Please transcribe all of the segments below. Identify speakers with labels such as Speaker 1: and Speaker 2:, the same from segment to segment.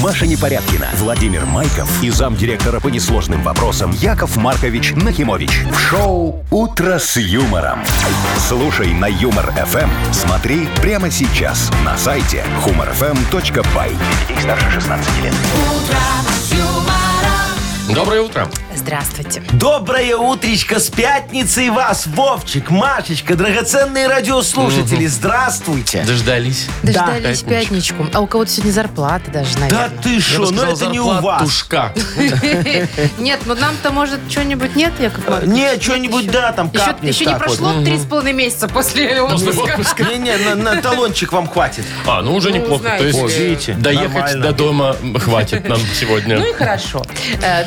Speaker 1: Маша Непорядкина, Владимир Майков и замдиректора по несложным вопросам Яков Маркович Нахимович. В шоу «Утро с юмором». Слушай на «Юмор-ФМ». Смотри прямо сейчас на сайте humorfm.by. Детей старше 16 лет.
Speaker 2: Доброе утро.
Speaker 3: Здравствуйте.
Speaker 4: Доброе утречко с пятницей вас, Вовчик, Машечка, драгоценные радиослушатели, здравствуйте.
Speaker 2: Дождались.
Speaker 3: Дождались пятничку. А у кого-то сегодня зарплата даже,
Speaker 4: Да
Speaker 3: наверное.
Speaker 4: ты
Speaker 2: Я бы
Speaker 4: что, ну
Speaker 2: сказал,
Speaker 4: это не у вас.
Speaker 2: зарплатушка.
Speaker 3: Нет, ну нам-то, может, что-нибудь нет, Яков Маркович?
Speaker 4: Не, что-нибудь, Э, да, там
Speaker 3: Еще,
Speaker 4: капнет
Speaker 3: еще не
Speaker 4: так вот. Ну,
Speaker 3: прошло три с половиной месяца после отпуска.
Speaker 4: Не-не, на, на талончик вам хватит.
Speaker 2: А, ну уже
Speaker 3: Ну,
Speaker 2: неплохо. То
Speaker 3: знаете.
Speaker 2: есть
Speaker 3: О,
Speaker 4: видите,
Speaker 2: доехать
Speaker 4: нормально.
Speaker 2: до дома хватит нам сегодня.
Speaker 3: Ну и хорошо. Э,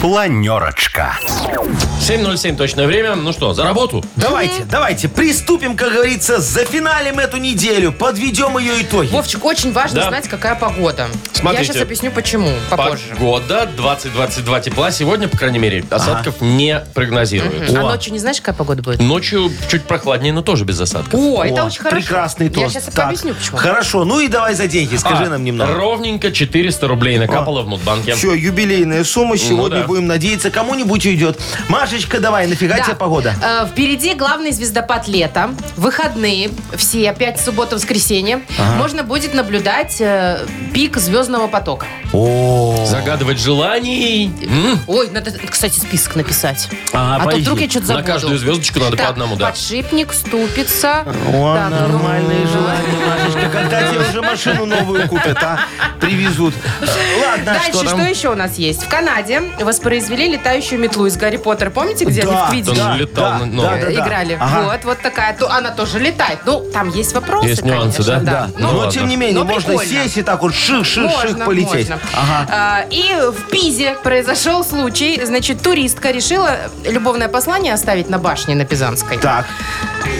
Speaker 1: Планерочка.
Speaker 2: 7.07 точное время. Ну что, за работу?
Speaker 4: Давайте, давайте, приступим, как говорится, зафиналим эту неделю, подведем ее итоги.
Speaker 3: Вовчик, очень важно
Speaker 2: Да.
Speaker 3: знать, какая погода. Я
Speaker 2: Смотрите.
Speaker 3: сейчас объясню, почему попозже.
Speaker 2: Погода 20-22 тепла. Сегодня, по крайней мере, осадков не прогнозируют.
Speaker 3: А ночью не знаешь, какая погода будет?
Speaker 2: Ночью чуть прохладнее, но тоже без осадков.
Speaker 3: О, это
Speaker 4: О,
Speaker 3: очень хорошо.
Speaker 4: Прекрасный тост.
Speaker 3: Я сейчас
Speaker 4: Так,
Speaker 3: объясню, почему.
Speaker 4: Хорошо, ну и давай за деньги, скажи
Speaker 2: А,
Speaker 4: нам немного.
Speaker 2: Ровненько 400 рублей накапало в Мудбанке.
Speaker 4: Все, юбилейная сумма. Сегодня
Speaker 2: Ну да.
Speaker 4: будем надеяться, кому-нибудь уйдет. Машечка, давай, нафига
Speaker 3: Да.
Speaker 4: тебе погода?
Speaker 3: Э, Впереди главный звездопад лета. Выходные, все, опять суббота, воскресенье. Можно будет наблюдать э, пик звездного потока.
Speaker 4: О,
Speaker 2: Загадывать желаний. М?
Speaker 3: Ой, надо, кстати, список написать.
Speaker 2: А,
Speaker 3: А, то
Speaker 2: поищи.
Speaker 3: вдруг я что-то забуду.
Speaker 2: На каждую звездочку надо
Speaker 3: Так,
Speaker 2: по одному, да.
Speaker 3: Подшипник, ступица. Так, ну,
Speaker 4: нормальные желания, Машечка. Когда тебе уже машину новую купят, а? Привезут. Э, Ладно,
Speaker 3: Дальше,
Speaker 4: что
Speaker 3: что,
Speaker 4: там?
Speaker 3: еще у нас есть? В Канаде воспроизвели летающую метлу из Гарри Поттера. Помните, где они в квиддич
Speaker 2: да, Он летал на- ну.
Speaker 4: да, А, да, да.
Speaker 3: играли?
Speaker 4: Ага.
Speaker 3: Вот, вот такая. То, она тоже летает. Ну, там есть вопросы,
Speaker 2: Есть нюансы,
Speaker 3: конечно,
Speaker 2: да?
Speaker 4: Да.
Speaker 2: Ну,
Speaker 4: Но,
Speaker 2: ладно.
Speaker 4: тем не менее,
Speaker 3: Но
Speaker 4: можно
Speaker 3: прикольно.
Speaker 4: сесть и так вот ших-ших-ших
Speaker 3: Можно,
Speaker 4: полететь.
Speaker 3: можно.
Speaker 4: Ага.
Speaker 3: А, И в Пизе произошел случай. Значит, туристка решила любовное послание оставить на башне на Пизанской.
Speaker 4: Так,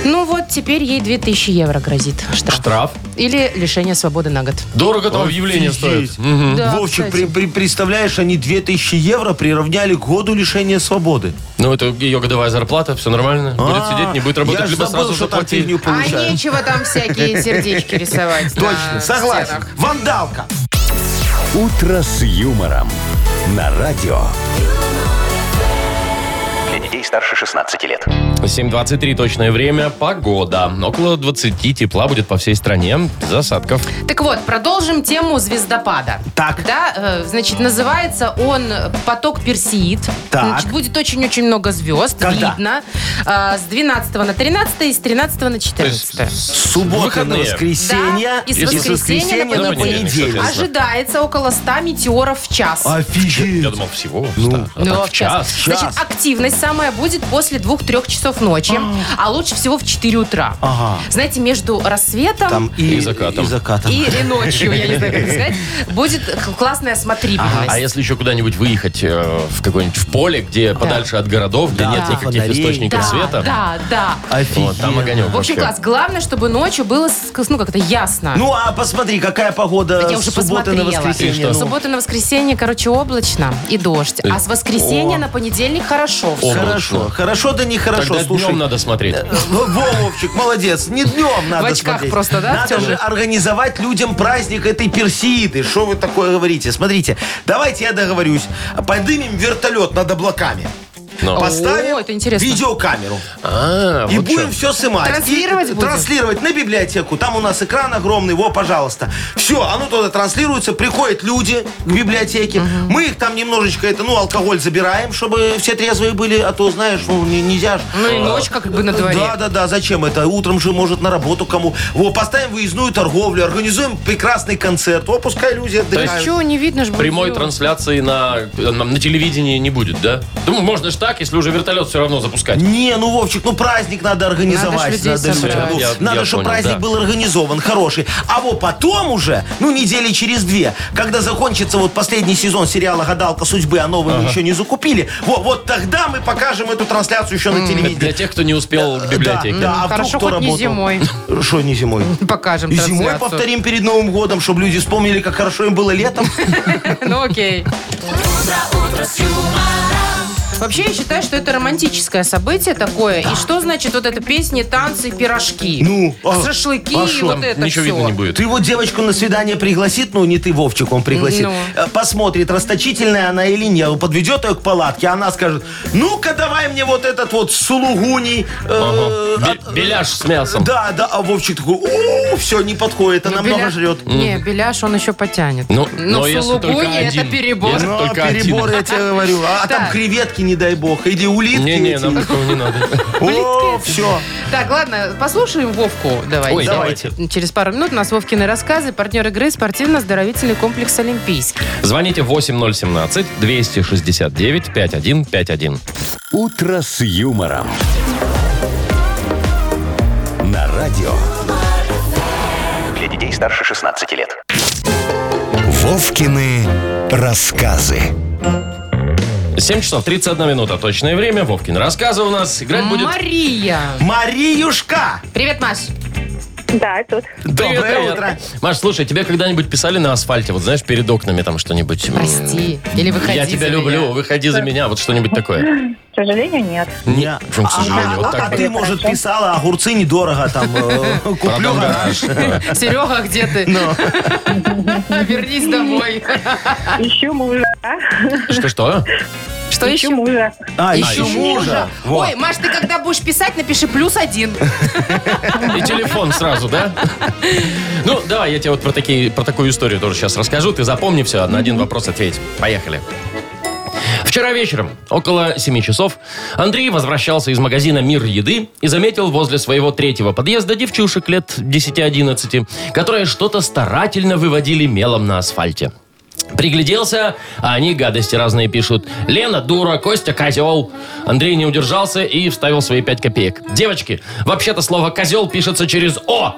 Speaker 3: Ну вот, теперь ей 2000 евро грозит штраф.
Speaker 2: Штраф.
Speaker 3: Или лишение свободы на год.
Speaker 2: Дорого там объявление
Speaker 4: Офигеть.
Speaker 2: стоит. Мгм.
Speaker 3: Да,
Speaker 4: Вовчик,
Speaker 3: кстати.
Speaker 4: при- при- представляешь, они 2000 евро приравняли к году лишения свободы.
Speaker 2: Ну, это ее годовая зарплата, все нормально. Будет
Speaker 4: А,
Speaker 2: сидеть, не будет
Speaker 4: я
Speaker 2: работать,
Speaker 4: ж
Speaker 2: либо
Speaker 4: забыл,
Speaker 2: сразу
Speaker 4: что
Speaker 2: же
Speaker 4: там
Speaker 2: платить.
Speaker 4: фигню
Speaker 3: А
Speaker 4: получают.
Speaker 3: нечего там всякие сердечки рисовать. на
Speaker 4: Точно, согласен.
Speaker 3: стенах.
Speaker 4: Вандалка.
Speaker 1: «Утро с юмором» на радио.
Speaker 5: Для детей старше 16 лет.
Speaker 2: 7.23 точное время, погода. Около 20 тепла будет по всей стране, без осадков.
Speaker 3: Так вот, продолжим тему звездопада.
Speaker 4: Так.
Speaker 3: Да, э, значит, называется он поток Персеид.
Speaker 4: Так.
Speaker 3: Значит, будет очень-очень много звезд.
Speaker 4: Когда?
Speaker 3: Видно. Э, с 12 на 13 и с 13 на 14.
Speaker 4: С субботы на
Speaker 2: Выходные.
Speaker 4: воскресенье
Speaker 3: Да, и с
Speaker 4: и
Speaker 3: воскресенья
Speaker 4: с
Speaker 3: на
Speaker 4: воскресенья на
Speaker 3: понедельник,
Speaker 4: понедельник.
Speaker 2: соответственно.
Speaker 3: Ожидается около 100 метеоров в час.
Speaker 4: Офигеть.
Speaker 2: Я думал, всего.
Speaker 3: Ну,
Speaker 2: в час.
Speaker 3: Значит,
Speaker 4: час.
Speaker 3: активность самая будет после 2-3 часов ночи, а лучше всего в 4 утра.
Speaker 4: Ага.
Speaker 3: Знаете, между рассветом
Speaker 4: Там и,
Speaker 2: И закатом.
Speaker 4: и закатом.
Speaker 3: и, и ночью, я не знаю, как это сказать, будет к- классная смотрибельность.
Speaker 2: А если еще куда-нибудь выехать э, в какое-нибудь в поле, где подальше от городов, где
Speaker 4: Да.
Speaker 2: нет никаких
Speaker 4: Фонарей.
Speaker 2: источников
Speaker 3: да,
Speaker 2: света,
Speaker 3: да, да.
Speaker 4: Офигеть.
Speaker 2: вот, там огонек.
Speaker 3: В общем,
Speaker 2: вообще.
Speaker 3: класс. Главное, чтобы ночью было, ск- ну, как-то ясно.
Speaker 4: Ну, а посмотри, какая погода
Speaker 3: я
Speaker 4: с
Speaker 3: уже
Speaker 4: субботы на
Speaker 3: посмотрела.
Speaker 2: И
Speaker 4: воскресенье.
Speaker 2: что?
Speaker 4: Ну,
Speaker 3: С субботы на воскресенье, короче, облачно и дождь. А с воскресенья на понедельник хорошо. всё.
Speaker 2: О,
Speaker 4: Хорошо, хорошо, да нехорошо,
Speaker 2: Тогда
Speaker 4: слушай.
Speaker 2: днем надо смотреть.
Speaker 4: Во, Вовчик, молодец. Не днем надо
Speaker 3: очках
Speaker 4: смотреть.
Speaker 3: просто, да, в
Speaker 4: Надо
Speaker 3: темных?
Speaker 4: же организовать людям праздник этой персиды. Что вы такое говорите? Смотрите, давайте я договорюсь. Подымем вертолет над облаками.
Speaker 2: Но.
Speaker 4: Поставим
Speaker 3: О, это интересно.
Speaker 4: видеокамеру.
Speaker 2: А,
Speaker 4: И
Speaker 2: вот
Speaker 4: будем
Speaker 2: что.
Speaker 4: все снимать.
Speaker 3: Транслировать
Speaker 4: И
Speaker 3: будем?
Speaker 4: Транслировать на библиотеку. Там у нас экран огромный. Во, пожалуйста. Все, оно туда транслируется. Приходят люди к библиотеке. Мы их там немножечко, это, ну, алкоголь забираем, чтобы все трезвые были. А то, знаешь, ну, не- нельзя ж.
Speaker 3: Ну и ночь как бы на дворе.
Speaker 4: Да, да, да, зачем это? Утром же может на работу кому. Во, поставим выездную торговлю, организуем прекрасный концерт. О, пускай люди отдыхают.
Speaker 3: Чего не видно ж будет
Speaker 2: Прямой
Speaker 3: звезд.
Speaker 2: трансляции на, на, на телевидении не будет, да? Думаю, можно же так, если уже вертолет все равно запускать.
Speaker 4: Не, ну, Вовчик, ну праздник надо
Speaker 3: Надо ж
Speaker 4: организовать.
Speaker 3: людей
Speaker 4: Надо,
Speaker 3: собрать.
Speaker 4: людям, ну,
Speaker 2: Я-
Speaker 4: надо,
Speaker 2: я
Speaker 4: чтобы
Speaker 2: понял,
Speaker 4: праздник
Speaker 2: да.
Speaker 4: был организован, хороший. А вот потом уже, ну, недели через две, когда закончится вот последний сезон сериала «Гадалка судьбы», а новый мы еще не закупили, вот, вот тогда мы покажем эту трансляцию еще на
Speaker 2: Для
Speaker 4: телевидении.
Speaker 2: тех, кто не успел в библиотеке.
Speaker 4: Да, а вдруг
Speaker 3: Хорошо,
Speaker 4: кто
Speaker 3: хоть не
Speaker 4: работал?
Speaker 3: зимой.
Speaker 4: Что не зимой?
Speaker 3: Покажем
Speaker 4: И зимой
Speaker 3: трансляцию.
Speaker 4: повторим перед Новым годом, чтобы люди вспомнили, как хорошо им было летом.
Speaker 3: Ну окей. Вообще, я считаю, что это романтическое событие такое. И что значит вот эта песня, танцы, пирожки?
Speaker 4: Ну, а,
Speaker 3: шашлыки
Speaker 4: а
Speaker 3: и
Speaker 4: шо?
Speaker 3: вот это
Speaker 2: Ничего
Speaker 3: все.
Speaker 2: видно не будет.
Speaker 4: Ты вот девочку на свидание пригласит, ну не ты, Вовчик, он пригласит.
Speaker 3: Ну.
Speaker 4: Э, Посмотрит, расточительная она или нет. Он подведет ее к палатке, а она скажет, ну-ка давай мне вот этот вот сулугуни. э,
Speaker 2: Ага.
Speaker 4: от-
Speaker 2: Бе- Беляш с мясом.
Speaker 4: Да, да, а Вовчик такой, о, все, не подходит, она
Speaker 3: Ну,
Speaker 4: много
Speaker 3: беля-
Speaker 4: жрет.
Speaker 3: Не, беляш он еще потянет.
Speaker 2: Ну,
Speaker 3: Но
Speaker 2: но если
Speaker 3: сулугуни
Speaker 2: только
Speaker 3: это
Speaker 2: один.
Speaker 3: перебор.
Speaker 2: Если-
Speaker 4: Ну,
Speaker 2: Только один.
Speaker 4: переборы, я тебе говорю. А там
Speaker 3: Так.
Speaker 4: креветки, не дай бог. Или улитки.
Speaker 2: Не-не,
Speaker 4: эти.
Speaker 2: нам такого не надо.
Speaker 4: О, все.
Speaker 3: Так, ладно, послушаем Вовку. Давайте.
Speaker 2: Ой, давайте.
Speaker 3: Через пару минут у нас Вовкины рассказы. Партнер игры спортивно-оздоровительный комплекс «Олимпийский».
Speaker 2: Звоните 8017-269-5151.
Speaker 1: «Утро с юмором». На радио.
Speaker 5: Для детей старше 16 лет.
Speaker 1: Вовкины рассказы.
Speaker 2: 7 часов 31 минута. Точное время. Вовкин рассказы у нас. Играть будет...
Speaker 3: Мария.
Speaker 4: Мариюшка.
Speaker 3: Привет, Маш.
Speaker 6: Да, тут.
Speaker 2: Привет,
Speaker 4: Доброе
Speaker 2: привет.
Speaker 4: утро.
Speaker 2: Маш, слушай, тебе когда-нибудь писали на асфальте, вот знаешь, перед окнами там что-нибудь? м,
Speaker 3: Прости. Или выходи
Speaker 2: Я
Speaker 3: за
Speaker 2: тебя
Speaker 3: меня».
Speaker 2: люблю, выходи за меня, вот что-нибудь такое.
Speaker 6: К сожалению, нет.
Speaker 4: Не.
Speaker 2: Причем, к сожалению,
Speaker 4: а,
Speaker 2: вот так
Speaker 4: а
Speaker 2: было.
Speaker 4: ты, может, писала, огурцы недорого там э, куплю.
Speaker 2: Продам гараж. Да.
Speaker 3: Серега, где ты?
Speaker 4: Ну.
Speaker 3: Вернись домой. А.
Speaker 6: Ищу мужа. а?
Speaker 2: Что-что?
Speaker 3: Что еще?
Speaker 6: Ищу мужа.
Speaker 4: А,
Speaker 3: Ищу
Speaker 4: еще мужа. Во.
Speaker 3: Ой, Маш, ты когда будешь писать, напиши плюс один.
Speaker 2: И телефон сразу, да? Ну, давай, я тебе вот про, такие, про такую историю тоже сейчас расскажу. Ты запомни все, на один вопрос ответь. Поехали. Вчера вечером, около 7 часов, Андрей возвращался из магазина «Мир еды» и заметил возле своего третьего подъезда девчушек лет 10-11, которые что-то старательно выводили мелом на асфальте. Пригляделся, а они гадости разные пишут. Лена дура, Костя козел. Андрей не удержался и вставил свои 5 копеек. Девочки, вообще-то слово козел пишется через О.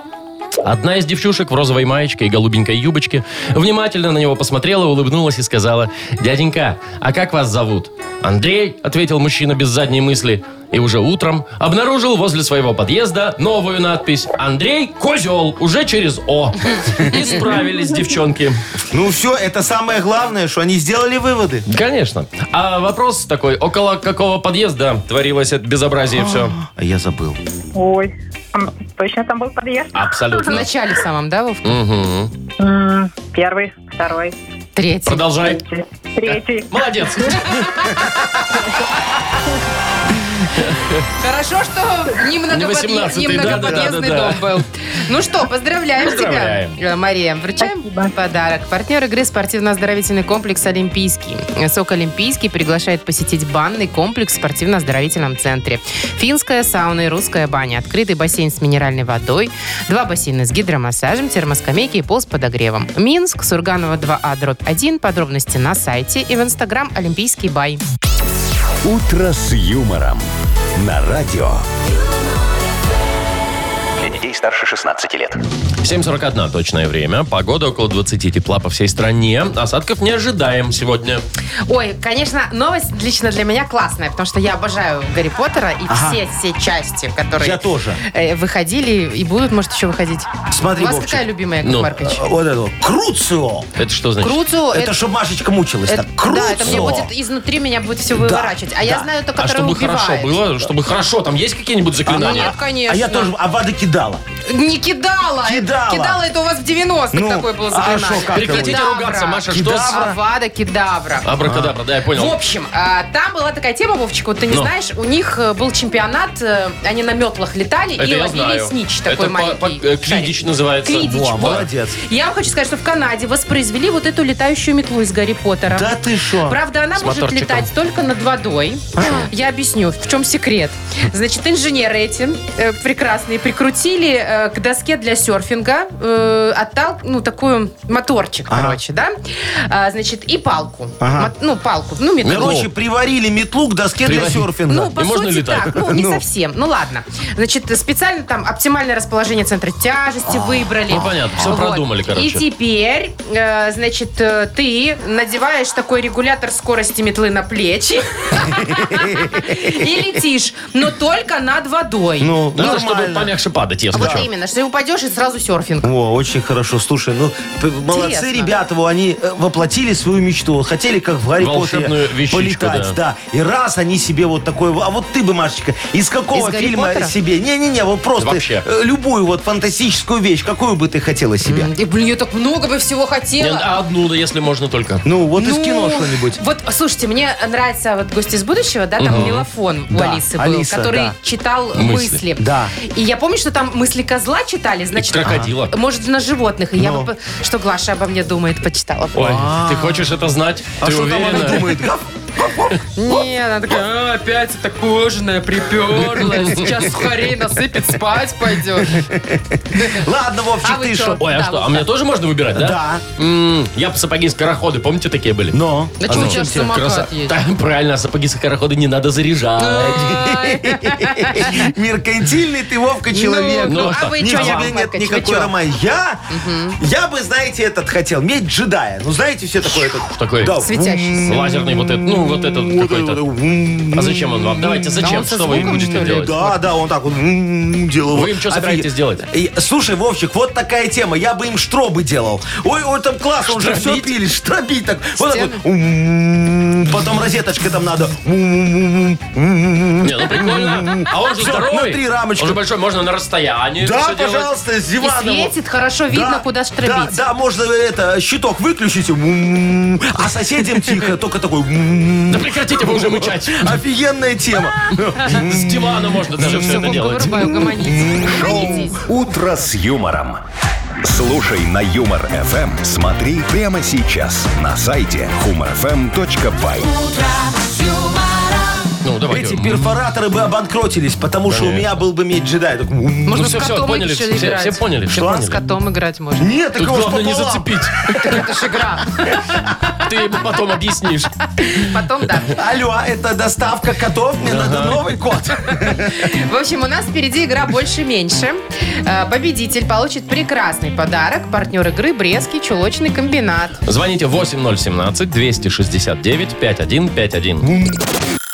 Speaker 2: Одна из девчушек в розовой маечке и голубенькой юбочке внимательно на него посмотрела, улыбнулась и сказала, «Дяденька, а как вас зовут?» «Андрей», — ответил мужчина без задней мысли, и уже утром обнаружил возле своего подъезда новую надпись «Андрей Козел» уже через «О». И справились девчонки.
Speaker 4: Ну все, это самое главное, что они сделали выводы.
Speaker 2: Конечно. А вопрос такой, около какого подъезда творилось это безобразие все?
Speaker 4: А я забыл.
Speaker 6: Ой, там точно там был подъезд?
Speaker 3: В
Speaker 2: Абсолютно.
Speaker 3: начале самом, да, Вов?
Speaker 2: Мгм.
Speaker 6: М, Первый, второй,
Speaker 3: Третий.
Speaker 2: Продолжай.
Speaker 6: третий.
Speaker 2: Молодец.
Speaker 3: Хорошо, что
Speaker 2: Не
Speaker 3: немного
Speaker 2: 18-й,
Speaker 3: немногоподъездный
Speaker 2: да-да-да.
Speaker 3: дом был. Ну что, поздравляем тебя,
Speaker 2: Поздравляем.
Speaker 3: э, Мария. Вручаем
Speaker 6: Спасибо.
Speaker 3: подарок. Партнер игры спортивно-оздоровительный комплекс «Олимпийский». СОК «Олимпийский» приглашает посетить банный комплекс в спортивно-оздоровительном центре. Финская сауна и русская баня. Открытый бассейн с минеральной водой. Два бассейна с гидромассажем, термоскамейки и пол с подогревом. Минск, Сурганова 2А, дробь 1. Подробности на сайте и в инстаграм «Олимпийский бай».
Speaker 1: «Утро с юмором». На радио.
Speaker 5: Для детей старше 16 лет.
Speaker 2: 7.41 точное время. Погода около 20 тепла по всей стране. Осадков не ожидаем сегодня.
Speaker 3: Ой, конечно, новость лично для меня классная, потому что я обожаю Гарри Поттера и
Speaker 4: Ага.
Speaker 3: все, все части, которые
Speaker 4: Я тоже.
Speaker 3: э, выходили и будут, может, еще выходить.
Speaker 4: Смотри,
Speaker 3: У вас
Speaker 4: Вовчик.
Speaker 3: какая любимая, Яков
Speaker 2: Ну,
Speaker 3: Маркович?
Speaker 4: А, Вот это вот. Круцио.
Speaker 2: Это что значит?
Speaker 3: Круцу,
Speaker 4: э, Это чтобы Машечка мучилась так. Круцио.
Speaker 3: да, это мне будет изнутри меня будет все выворачивать. А я
Speaker 4: да.
Speaker 3: знаю то,
Speaker 2: А
Speaker 3: которое
Speaker 2: чтобы
Speaker 3: убивает. ну
Speaker 2: хорошо было, чтобы хорошо, там есть какие-нибудь заклинания?
Speaker 3: Нет, конечно.
Speaker 4: А я тоже а вода кидала.
Speaker 3: Не кидала.
Speaker 4: Кидала.
Speaker 3: Кидала, это у вас в 90-х
Speaker 4: Ну,
Speaker 3: такое было
Speaker 4: а
Speaker 3: заклинание.
Speaker 4: шо, как
Speaker 2: Прекратите
Speaker 3: Кедавра.
Speaker 2: ругаться, Маша, что
Speaker 4: Кедавра.
Speaker 2: с...
Speaker 3: Авада кедавра.
Speaker 2: Абракадабра, да, я понял.
Speaker 3: В общем, а, там была такая тема, Вовчик, вот ты не
Speaker 2: Ну.
Speaker 3: знаешь, у них э, был чемпионат, э, они на метлах летали
Speaker 2: Это
Speaker 3: и
Speaker 2: я
Speaker 3: ловили
Speaker 2: знаю.
Speaker 3: снич такой
Speaker 2: Это по- по-
Speaker 3: маленький.
Speaker 2: э, квиддич
Speaker 3: шарик.
Speaker 2: называется.
Speaker 3: Квиддич,
Speaker 2: Во,
Speaker 3: вот.
Speaker 4: молодец.
Speaker 3: Я вам хочу сказать, что в Канаде воспроизвели вот эту летающую метлу из Гарри Поттера.
Speaker 4: Да ты шо?
Speaker 3: Правда, она
Speaker 2: С
Speaker 3: может
Speaker 2: моторчиком.
Speaker 3: летать только над водой.
Speaker 4: А.
Speaker 3: Я объясню, в чем секрет. Значит, инженеры эти э, прекрасные прикрутили э, к доске для серфинга э, оттал, ну, такую моторчик,
Speaker 4: Ага.
Speaker 3: короче, да? А, значит, и палку.
Speaker 4: Ага.
Speaker 3: Мот- ну, палку, ну, метлу.
Speaker 4: Короче, приварили метлу к доске для
Speaker 2: Приварили.
Speaker 4: серфинга.
Speaker 3: Ну, по
Speaker 2: И можно
Speaker 3: сути,
Speaker 2: летать?
Speaker 3: так. Ну, не
Speaker 4: Ну.
Speaker 3: совсем. Ну, ладно. Значит, специально там оптимальное расположение центра тяжести выбрали.
Speaker 2: Ну, понятно, всё
Speaker 3: Вот.
Speaker 2: продумали, короче.
Speaker 3: И теперь, э, значит, э, ты надеваешь такой регулятор скорости метлы на плечи и летишь, но только над водой.
Speaker 4: Ну,
Speaker 2: Надо, чтобы
Speaker 4: нормально.
Speaker 2: Ну,
Speaker 3: ну,
Speaker 2: помягче падать, если
Speaker 3: Вот
Speaker 2: что.
Speaker 3: именно, что ты упадешь и сразу серфинг.
Speaker 4: О, очень хорошо. Слушай, ну п- молодцы ребята, во, они э, воплотили свою мечту, Вот хотели как в Гарри Поттере
Speaker 2: Волшебную вещичку,
Speaker 4: полетать,
Speaker 2: да.
Speaker 4: да. И раз они себе вот такой, а вот ты бы, Машечка, из какого
Speaker 3: Из Гарри
Speaker 4: фильма
Speaker 3: Поттера?
Speaker 4: себе? Не, не, не, вот просто
Speaker 2: Вообще.
Speaker 4: э, любую вот фантастическую вещь, какую бы ты хотела себе?
Speaker 3: И, блин, я так много бы всего хотела.
Speaker 2: Нет, а одну, да, если можно только.
Speaker 4: Ну вот из
Speaker 3: Ну,
Speaker 4: кино что-нибудь.
Speaker 3: Вот, слушайте, мне нравится вот «Гость из будущего», да, там мелофон у
Speaker 4: Да,
Speaker 3: Алисы был,
Speaker 4: Алиса,
Speaker 3: который
Speaker 4: да.
Speaker 3: читал мысли.
Speaker 2: Мысли.
Speaker 4: Да.
Speaker 3: И я помню, что там мысли козла читали, значит...
Speaker 2: крокодила.
Speaker 3: а, Может, на животных. И я
Speaker 4: Ну.
Speaker 3: бы, что Глаша обо мне думает, почитала.
Speaker 2: Ой, ты хочешь это знать?
Speaker 4: А
Speaker 2: ты
Speaker 4: что там она
Speaker 2: уверена?
Speaker 4: думает? Гав?
Speaker 3: Не, она такая, «А, опять это кожаная приперлась, сейчас сухарей насыпет, спать пойдет.
Speaker 4: Ладно, Вовчик,
Speaker 3: А вы
Speaker 4: ты
Speaker 3: чё?
Speaker 4: что?
Speaker 2: Ой, а
Speaker 3: Да,
Speaker 2: что,
Speaker 3: вот
Speaker 2: а мне
Speaker 3: так.
Speaker 2: тоже можно выбирать, да?
Speaker 4: Да. Ну,
Speaker 2: М, я бы сапоги-скороходы, помните, такие были?
Speaker 4: Но.
Speaker 3: Да чего
Speaker 2: А
Speaker 3: у тебя ж
Speaker 2: Зачем тебе
Speaker 3: самокат
Speaker 2: краса-
Speaker 3: есть?
Speaker 2: Да, правильно, а сапоги-скороходы не надо заряжать.
Speaker 3: Ай,
Speaker 4: Меркантильный ты, Вовка, человек.
Speaker 3: Ну,
Speaker 2: Ну,
Speaker 3: а
Speaker 2: что?
Speaker 3: вы
Speaker 4: Ни
Speaker 3: что,
Speaker 4: в
Speaker 3: Яков
Speaker 4: тебе нет
Speaker 3: Маркович, вы
Speaker 4: никакой
Speaker 3: чё?
Speaker 4: романтики. Я, я бы, знаете, этот хотел, медь джедая. Ну, знаете, все такое. этот-
Speaker 2: Такой
Speaker 4: Да.
Speaker 3: Светящийся.
Speaker 2: лазерный вот этот, ну, вот этот какой-то. А зачем он вам? Давайте, зачем?
Speaker 3: он со
Speaker 2: Что вы
Speaker 3: звуком, что
Speaker 2: будете
Speaker 3: ли?
Speaker 2: делать?
Speaker 4: Да, да, он так вот м, делал.
Speaker 2: Вы им что собираетесь
Speaker 4: Офиге-
Speaker 2: делать?
Speaker 4: И, Слушай, Вовчик, вот такая тема. Я бы им штробы делал. Ой, ой, там класс, он же все
Speaker 2: Штробить?
Speaker 4: пилит. Штробить так. Вот так вот. М, Потом розеточка там надо. М, м, м, м.
Speaker 2: Не, ну прикольно. А он же
Speaker 4: Всё,
Speaker 2: здоровый.
Speaker 4: внутри рамочка.
Speaker 2: Он же большой, можно на расстоянии.
Speaker 4: Да,
Speaker 2: всё делать.
Speaker 4: пожалуйста, с
Speaker 3: И
Speaker 4: дивана. вот.
Speaker 3: светит, хорошо
Speaker 4: Да,
Speaker 3: видно, куда
Speaker 4: Да,
Speaker 3: штробить.
Speaker 4: да, можно это, щиток выключить, м, а соседям тихо, только такой... м.
Speaker 2: Да прекратите вы уже мычать.
Speaker 4: Офигенная тема.
Speaker 2: С дивана можно даже все это
Speaker 3: Вовка,
Speaker 2: делать.
Speaker 3: вырубай, угомонитесь. Угомонитесь.
Speaker 1: Утро с юмором. Слушай на Юмор ФМ. Смотри прямо сейчас на сайте humorfm.by.
Speaker 2: Ну, давайте.
Speaker 4: Эти перфораторы бы обанкротились, потому что у меня был бы медь джедай. Так, м.
Speaker 2: Ну,
Speaker 3: Можно с
Speaker 2: всё, всё,
Speaker 3: котом
Speaker 2: поняли,
Speaker 3: еще
Speaker 2: все-
Speaker 3: играть.
Speaker 2: все поняли, все
Speaker 3: Да,
Speaker 2: поняли.
Speaker 3: С котом играть можно.
Speaker 4: Нет,
Speaker 2: Тут
Speaker 4: такого ж
Speaker 2: главное не
Speaker 4: пополам.
Speaker 2: зацепить.
Speaker 3: Это же игра.
Speaker 2: Ты ему потом объяснишь.
Speaker 3: Потом, да.
Speaker 4: Алло, это доставка котов, мне надо новый кот.
Speaker 3: В общем, у нас впереди игра «Больше-меньше». Э, Победитель получит прекрасный подарок. Партнер игры «Брестский чулочный комбинат».
Speaker 2: Звоните 8017-269-5151.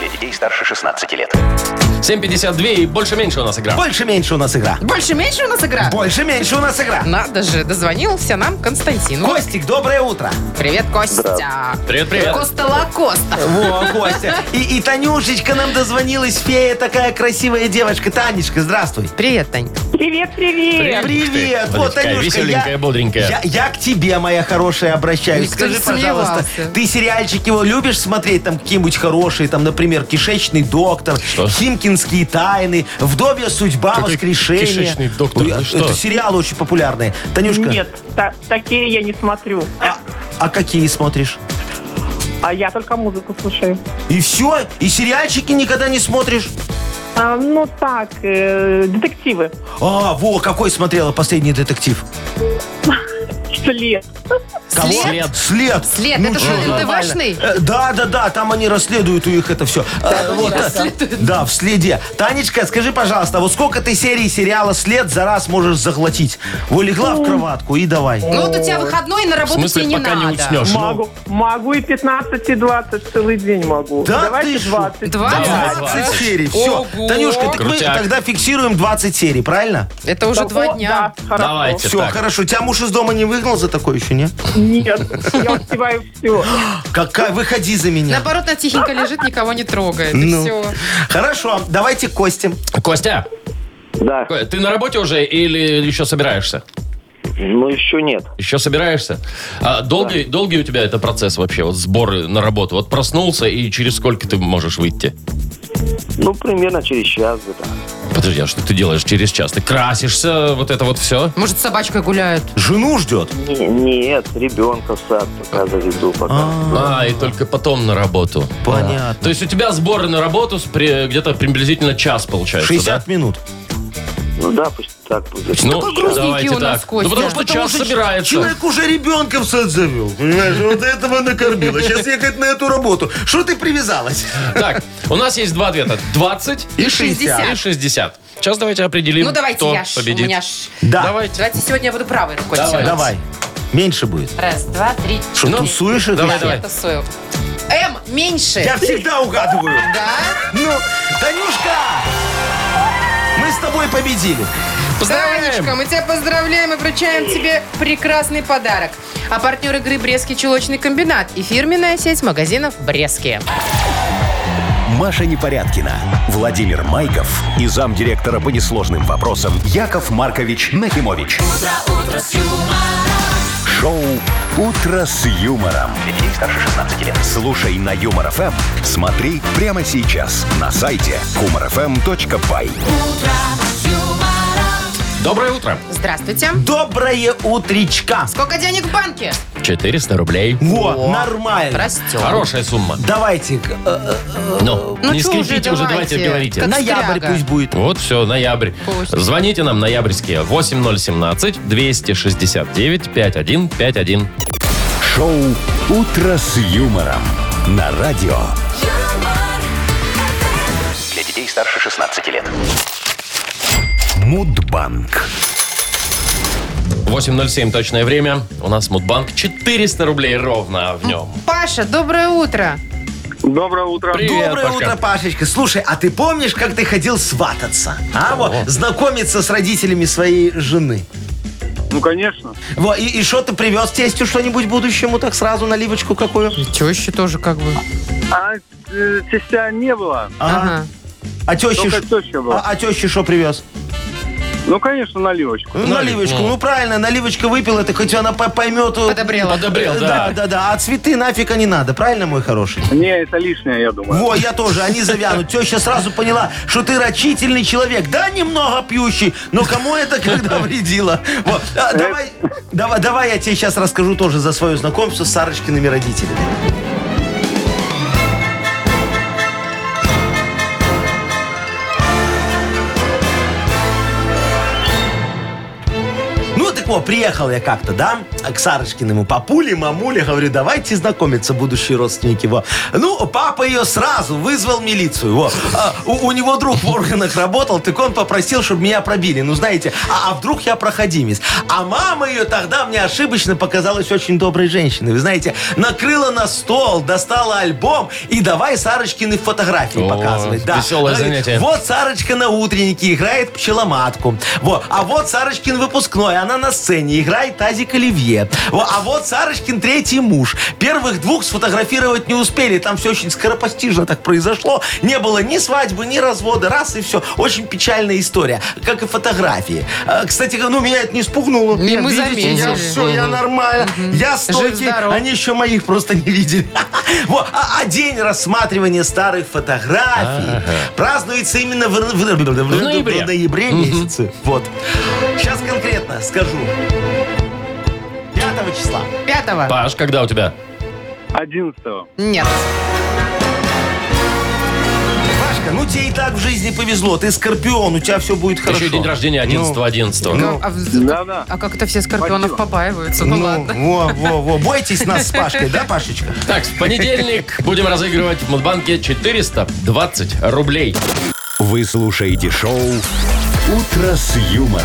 Speaker 5: Для детей старше 16 лет.
Speaker 2: 7.52 и больше-меньше у нас игра.
Speaker 4: Больше-меньше у нас игра.
Speaker 3: «Больше-меньше» у нас игра?
Speaker 4: Больше-меньше у нас игра.
Speaker 3: Надо же, дозвонился нам Константин.
Speaker 4: Костик, доброе утро.
Speaker 3: Привет, Костя.
Speaker 2: Привет, привет.
Speaker 3: Коста Лакоста.
Speaker 4: Во, Костя. И, и Танюшечка нам дозвонилась, фея такая красивая девочка. Танечка, здравствуй.
Speaker 3: Привет, Танька.
Speaker 6: Привет, привет.
Speaker 4: Привет,
Speaker 2: Смотри,
Speaker 4: вот,
Speaker 2: какая
Speaker 4: Танюшка,
Speaker 2: веселенькая,
Speaker 4: я,
Speaker 2: бодренькая.
Speaker 4: Я, я к тебе, моя хорошая, обращаюсь.
Speaker 3: Никто не
Speaker 4: Скажи, пожалуйста,
Speaker 3: сомневался.
Speaker 4: ты сериальчик его любишь смотреть? Там какие-нибудь хорошие, там, например, «Кишечный доктор», «Химкинские тайны», «Вдовья судьба»,
Speaker 2: Какой
Speaker 4: «Воскрешение».
Speaker 2: «Кишечный доктор»?
Speaker 4: Ой, а
Speaker 2: Ты
Speaker 4: Это
Speaker 2: что?
Speaker 4: сериалы очень популярные. Танюшка,
Speaker 6: Нет, та- такие я не смотрю.
Speaker 4: А, а какие смотришь?
Speaker 6: А я только музыку слушаю.
Speaker 4: И все? И сериальчики никогда не смотришь?
Speaker 6: А, ну так, э, детективы.
Speaker 4: А, во, какой смотрела последний детектив?
Speaker 6: След.
Speaker 3: След?
Speaker 2: След.
Speaker 4: След. Ну
Speaker 3: След, это
Speaker 4: чё,
Speaker 3: что,
Speaker 4: нормально.
Speaker 3: НТВшный?
Speaker 4: Э, Да, да, да, там они расследуют у них это все. э, Да, в следе. Танечка, скажи, пожалуйста, вот сколько ты серий сериала «След» за раз можешь заглотить? Вот легла в кроватку и давай.
Speaker 3: Ну вот у тебя выходной, на
Speaker 2: В
Speaker 3: работу
Speaker 2: смысле,
Speaker 3: тебе не
Speaker 2: пока не
Speaker 3: надо.
Speaker 2: уснешь.
Speaker 6: Могу, могу и 15, и 20, целый день могу.
Speaker 4: Да
Speaker 6: Давайте
Speaker 4: ты шо?
Speaker 6: 20.
Speaker 2: Давай,
Speaker 3: 20?
Speaker 4: 20 серий, все.
Speaker 3: Ого.
Speaker 4: Танюшка, так мы
Speaker 2: Крутяк.
Speaker 4: тогда фиксируем 20 серий, правильно?
Speaker 3: Это уже
Speaker 6: Да,
Speaker 3: два
Speaker 6: о,
Speaker 3: дня.
Speaker 6: да, хорошо.
Speaker 2: Давайте.
Speaker 4: Все,
Speaker 2: так.
Speaker 4: хорошо. Тебя муж из дома не выгнал за такое еще, не?
Speaker 6: Нет, я успеваю все.
Speaker 4: Какая, выходи за меня.
Speaker 3: Наоборот, она тихенько лежит, никого не трогает. и
Speaker 4: Ну.
Speaker 3: все.
Speaker 4: Хорошо, давайте к Косте.
Speaker 2: Ну, Костя,
Speaker 7: Да,
Speaker 2: Ко- ты на работе уже или еще собираешься?
Speaker 7: но еще Ну, нет.
Speaker 2: Еще собираешься? А долгий, долгий у тебя это процесс вообще, вот сборы на работу? Вот проснулся, и через сколько ты можешь выйти?
Speaker 7: Ну, примерно через час где-то.
Speaker 2: Подожди, а что ты делаешь через час? Ты красишься, вот это вот все?
Speaker 3: Может, с собачкой гуляют?
Speaker 4: Жену ждет.
Speaker 7: Не- нет, ребенка в сад пока заведу пока.
Speaker 2: А, и только потом на работу.
Speaker 4: Понятно.
Speaker 2: То есть у тебя сборы на работу с при- где-то приблизительно час получается,
Speaker 4: 60 минут.
Speaker 7: Ну да, пусть так будет.
Speaker 2: да? Ну,
Speaker 3: Такой грузненький
Speaker 2: давайте
Speaker 3: у нас
Speaker 2: так.
Speaker 3: Костя.
Speaker 2: Ну, потому что
Speaker 4: Потому
Speaker 2: час
Speaker 4: что
Speaker 2: собирается.
Speaker 4: Человек уже ребенка в сад завел. Понимаешь, вот этого накормила. Сейчас ехать на эту работу. Что ты привязалась?
Speaker 2: Так, у нас есть два ответа. 20 и 60.
Speaker 3: 60.
Speaker 2: И 60. Сейчас давайте определим,
Speaker 3: Ну, давайте
Speaker 2: кто
Speaker 3: я ж, у
Speaker 2: победит.
Speaker 3: меня ж...
Speaker 4: Да.
Speaker 2: Давайте.
Speaker 3: Давайте сегодня я буду правой рукой.
Speaker 2: Давай.
Speaker 3: тянуть.
Speaker 4: Давай. Меньше будет.
Speaker 3: Раз, два, три,
Speaker 4: Что,
Speaker 2: Ну,
Speaker 4: тусуешь их?
Speaker 2: давай,
Speaker 4: еще?
Speaker 2: давай.
Speaker 3: я тусую. М меньше.
Speaker 4: Я всегда угадываю.
Speaker 3: Да?
Speaker 4: Ну, Танюшка! Мы с тобой победили.
Speaker 3: Танечка, мы тебя поздравляем и вручаем тебе прекрасный подарок. А партнер игры «Брестский чулочный комбинат» и фирменная сеть магазинов «Брестские».
Speaker 1: Маша Непорядкина, Владимир Майков и замдиректора по несложным вопросам Яков Маркович Нахимович. Шоу Утро с юмором.
Speaker 5: Для детей старше 16 лет.
Speaker 1: Слушай на юмор ФМ, смотри прямо сейчас на сайте humorfm.by.
Speaker 2: Доброе утро.
Speaker 3: Здравствуйте.
Speaker 4: Доброе утречка.
Speaker 3: Сколько денег в банке?
Speaker 2: 400 рублей.
Speaker 4: Во, нормально.
Speaker 3: Растет.
Speaker 2: Хорошая сумма.
Speaker 4: Давайте, к- э,
Speaker 2: Ну,
Speaker 3: Ну,
Speaker 2: не
Speaker 3: чё
Speaker 2: скрипите уже, давайте говорите.
Speaker 3: Как
Speaker 4: ноябрь
Speaker 3: скряга.
Speaker 4: пусть будет.
Speaker 2: Вот все, ноябрь.
Speaker 3: Пусть.
Speaker 2: Звоните нам ноябрьские 8017-269-5151.
Speaker 1: Шоу Утро с юмором на радио.
Speaker 5: Для детей старше 16 лет.
Speaker 1: Мудбанк.
Speaker 2: 8.07 точное время. У нас Мудбанк 400 рублей ровно в нем.
Speaker 3: Паша, доброе утро.
Speaker 6: Доброе утро.
Speaker 2: Привет,
Speaker 4: Доброе
Speaker 2: Пашка.
Speaker 4: утро, Пашечка. Слушай, а ты помнишь, как ты ходил свататься? А, вот, знакомиться с родителями своей жены.
Speaker 6: Ну, конечно.
Speaker 4: Во, и что ты привез тестю что-нибудь будущему, так сразу наливочку какую?
Speaker 3: И теща тоже как бы.
Speaker 6: А э, частя не было.
Speaker 4: Ага. А тещи
Speaker 6: Только
Speaker 4: ш-
Speaker 6: теща была.
Speaker 4: а, а тещи что привез?
Speaker 2: а-
Speaker 6: Ну, конечно, наливочку.
Speaker 4: Ну, наливочку.
Speaker 2: ну.
Speaker 4: Ну, правильно, наливочка выпила, ты хоть она по- поймет. э,
Speaker 3: Подобрела.
Speaker 2: Подобрел,
Speaker 4: э,
Speaker 2: да.
Speaker 4: да, да, да. А цветы нафиг они надо, правильно, мой хороший?
Speaker 6: Не, это лишнее, я думаю.
Speaker 4: Во, я тоже, они завянут. Теща сразу поняла, что ты рачительный человек. Да, немного пьющий, но кому это когда вредило? Во, а, давай, давай, давай я тебе сейчас расскажу тоже за свое знакомство с Сарочкиными родителями. Ну, так вот, приехал я как-то, да, к Сарочкиному папуле, мамуле, говорю, давайте знакомиться, будущие родственники, во. Ну, папа ее сразу вызвал милицию, во. А, у, у него друг в органах работал, так он попросил, чтобы меня пробили, ну, знаете, а, а вдруг я проходимец. А мама ее тогда мне ошибочно показалась очень доброй женщиной, вы знаете, накрыла на стол, достала альбом и давай Сарочкины фотографии
Speaker 2: О,
Speaker 4: показывать. Да.
Speaker 2: веселое
Speaker 4: Говорит,
Speaker 2: занятие.
Speaker 4: Вот Сарочка на утреннике играет пчеломатку. Во. А вот Сарочкин выпускной, она на сцене играет тазик Оливье. Во. А вот Сарочкин третий муж. Первых двух сфотографировать не успели, там все очень скоропостижно так произошло. Не было ни свадьбы, ни развода, раз и все. Очень печальная история, как и фотографии. А, Кстати, ну меня это не спугнуло.
Speaker 3: И мы
Speaker 4: Видите, я
Speaker 3: заметили.
Speaker 4: все, я нормально, я стойкий,
Speaker 3: Жив-здоров.
Speaker 4: они еще моих просто не видели. Во, А а день рассматривания старых фотографий празднуется именно в- в- в- в- в
Speaker 2: ноябре.
Speaker 4: ноябре месяце. Вот. Сейчас конкретно скажу. 5 числа.
Speaker 3: Пятого?
Speaker 2: Паш, когда у тебя? Ну?
Speaker 6: 11-го.
Speaker 3: Нет.
Speaker 4: Пашка, ну тебе и так в жизни повезло. Ты скорпион, у тебя все будет хорошо.
Speaker 2: Еще день рождения 11 11
Speaker 3: Как- а, в-
Speaker 2: Ну.
Speaker 6: Да-да.
Speaker 3: а как это все скорпионов
Speaker 6: Спасибо.
Speaker 3: побаиваются? Ну,
Speaker 4: Ну,
Speaker 3: ладно.
Speaker 4: во, во, во. Бойтесь нас с Пашкой, да, Пашечка?
Speaker 2: Так, в понедельник будем разыгрывать в Мудбанке 420 рублей.
Speaker 1: Вы слушаете шоу Утро с юмором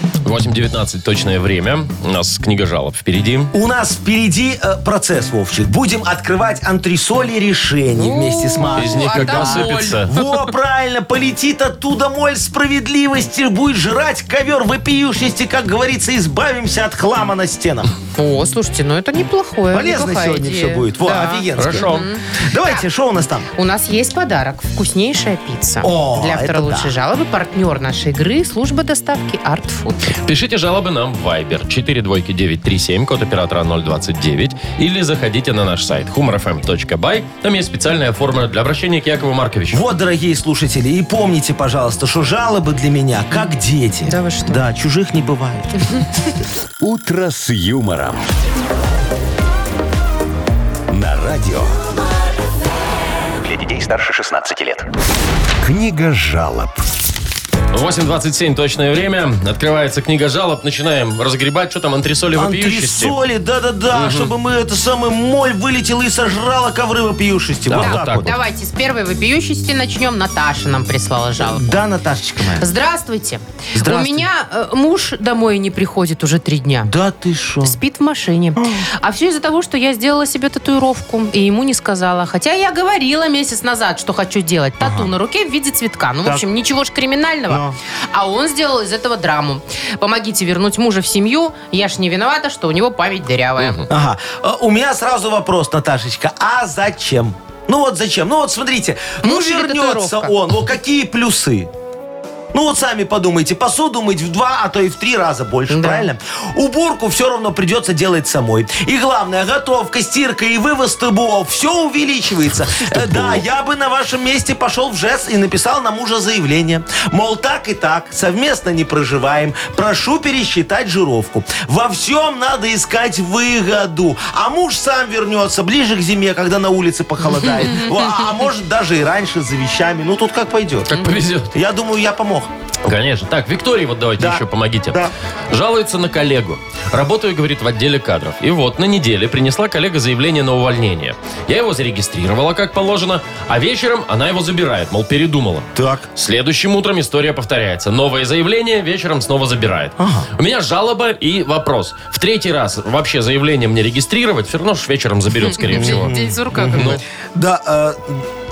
Speaker 2: 8.19 точное время. У нас книга жалоб впереди.
Speaker 4: У нас впереди э, процесс, Вовчик. Будем открывать антресоли решений вместе с Машей.
Speaker 2: Из них
Speaker 3: а
Speaker 2: как
Speaker 3: там
Speaker 2: насыпется.
Speaker 4: Во, правильно, полетит оттуда моль справедливости, будет жрать ковер вопиющести, как говорится, избавимся от хлама на стенах.
Speaker 3: О, слушайте, Э, ну это неплохое.
Speaker 4: Полезно
Speaker 3: неплохая
Speaker 4: сегодня
Speaker 3: идея.
Speaker 4: все будет. Во,
Speaker 3: Да.
Speaker 4: офигенно.
Speaker 2: Хорошо.
Speaker 4: Давайте, что у нас там?
Speaker 3: У нас есть подарок. Вкуснейшая пицца.
Speaker 4: О,
Speaker 3: Для автора
Speaker 4: это да.
Speaker 3: лучшей жалобы партнер нашей игры служба доставки Art Food.
Speaker 2: Пишите жалобы нам в Viber 42937, код оператора 029, или заходите на наш сайт humorfm.by. Там есть специальная форма для обращения к Якову Марковичу.
Speaker 4: Вот, дорогие слушатели, и помните, пожалуйста, что жалобы для меня как дети.
Speaker 3: Да вы что?
Speaker 4: Да, чужих не бывает.
Speaker 1: Утро с юмором. На радио.
Speaker 5: Для детей старше 16 лет.
Speaker 1: Книга жалоб.
Speaker 2: 8.27 точное время. Открывается книга жалоб. Начинаем разгребать. Что там, антресоли вопиющести?
Speaker 4: Антресоли, да-да-да, чтобы мы это самый моль вылетела и сожрала ковры вопиющести.
Speaker 2: Да,
Speaker 4: вот
Speaker 2: вот
Speaker 4: так,
Speaker 2: так
Speaker 4: вот.
Speaker 2: вот.
Speaker 3: Давайте с первой вопиющести начнем. Наташа нам прислала жалобу.
Speaker 4: Да, Наташечка моя.
Speaker 3: Здравствуйте.
Speaker 4: Здравствуйте.
Speaker 3: У меня э, муж домой не приходит уже три дня.
Speaker 4: Да ты шо?
Speaker 3: Спит в машине. А все из-за того, что я сделала себе татуировку и ему не сказала. Хотя я говорила месяц назад, что хочу делать тату на руке в виде цветка. Ну, в
Speaker 4: Так.
Speaker 3: общем, ничего ж криминального.
Speaker 4: Но.
Speaker 3: А он сделал из этого драму. Помогите вернуть мужа в семью. Я ж не виновата, что у него память дырявая.
Speaker 4: Ага. Э, У меня сразу вопрос, Наташечка. А зачем? Ну вот зачем? Ну вот смотрите, ну
Speaker 3: Лучше ли
Speaker 4: вернется
Speaker 3: татуировка?
Speaker 4: он. Вот какие плюсы? Ну вот сами подумайте, посуду мыть в два, а то и в три раза больше,
Speaker 3: Да.
Speaker 4: правильно? Уборку все равно придется делать самой. И главное, готовка, стирка и вывоз ТБО, все увеличивается. Э, Да, я бы на вашем месте пошел в ЖЭС и написал на мужа заявление. Мол, так и так, совместно не проживаем, прошу пересчитать жировку. Во всем надо искать выгоду. А муж сам вернется ближе к зиме, когда на улице похолодает. А а может даже и раньше за вещами. Ну тут как пойдет.
Speaker 2: Как повезет.
Speaker 4: Я думаю, я помог.
Speaker 2: Конечно. Так, Виктории, вот давайте
Speaker 4: Да.
Speaker 2: еще помогите.
Speaker 4: Да.
Speaker 2: Жалуется на коллегу. Работаю, говорит, в отделе кадров. И вот на неделе принесла коллега заявление на увольнение. Я его зарегистрировала, как положено, а вечером она его забирает, мол, передумала.
Speaker 4: Так.
Speaker 2: Следующим утром история повторяется. Новое заявление вечером снова забирает. У меня жалоба и вопрос. В третий раз вообще заявление мне регистрировать, все равно ж вечером заберет, скорее всего.
Speaker 3: День сурка какой.
Speaker 4: Да, э,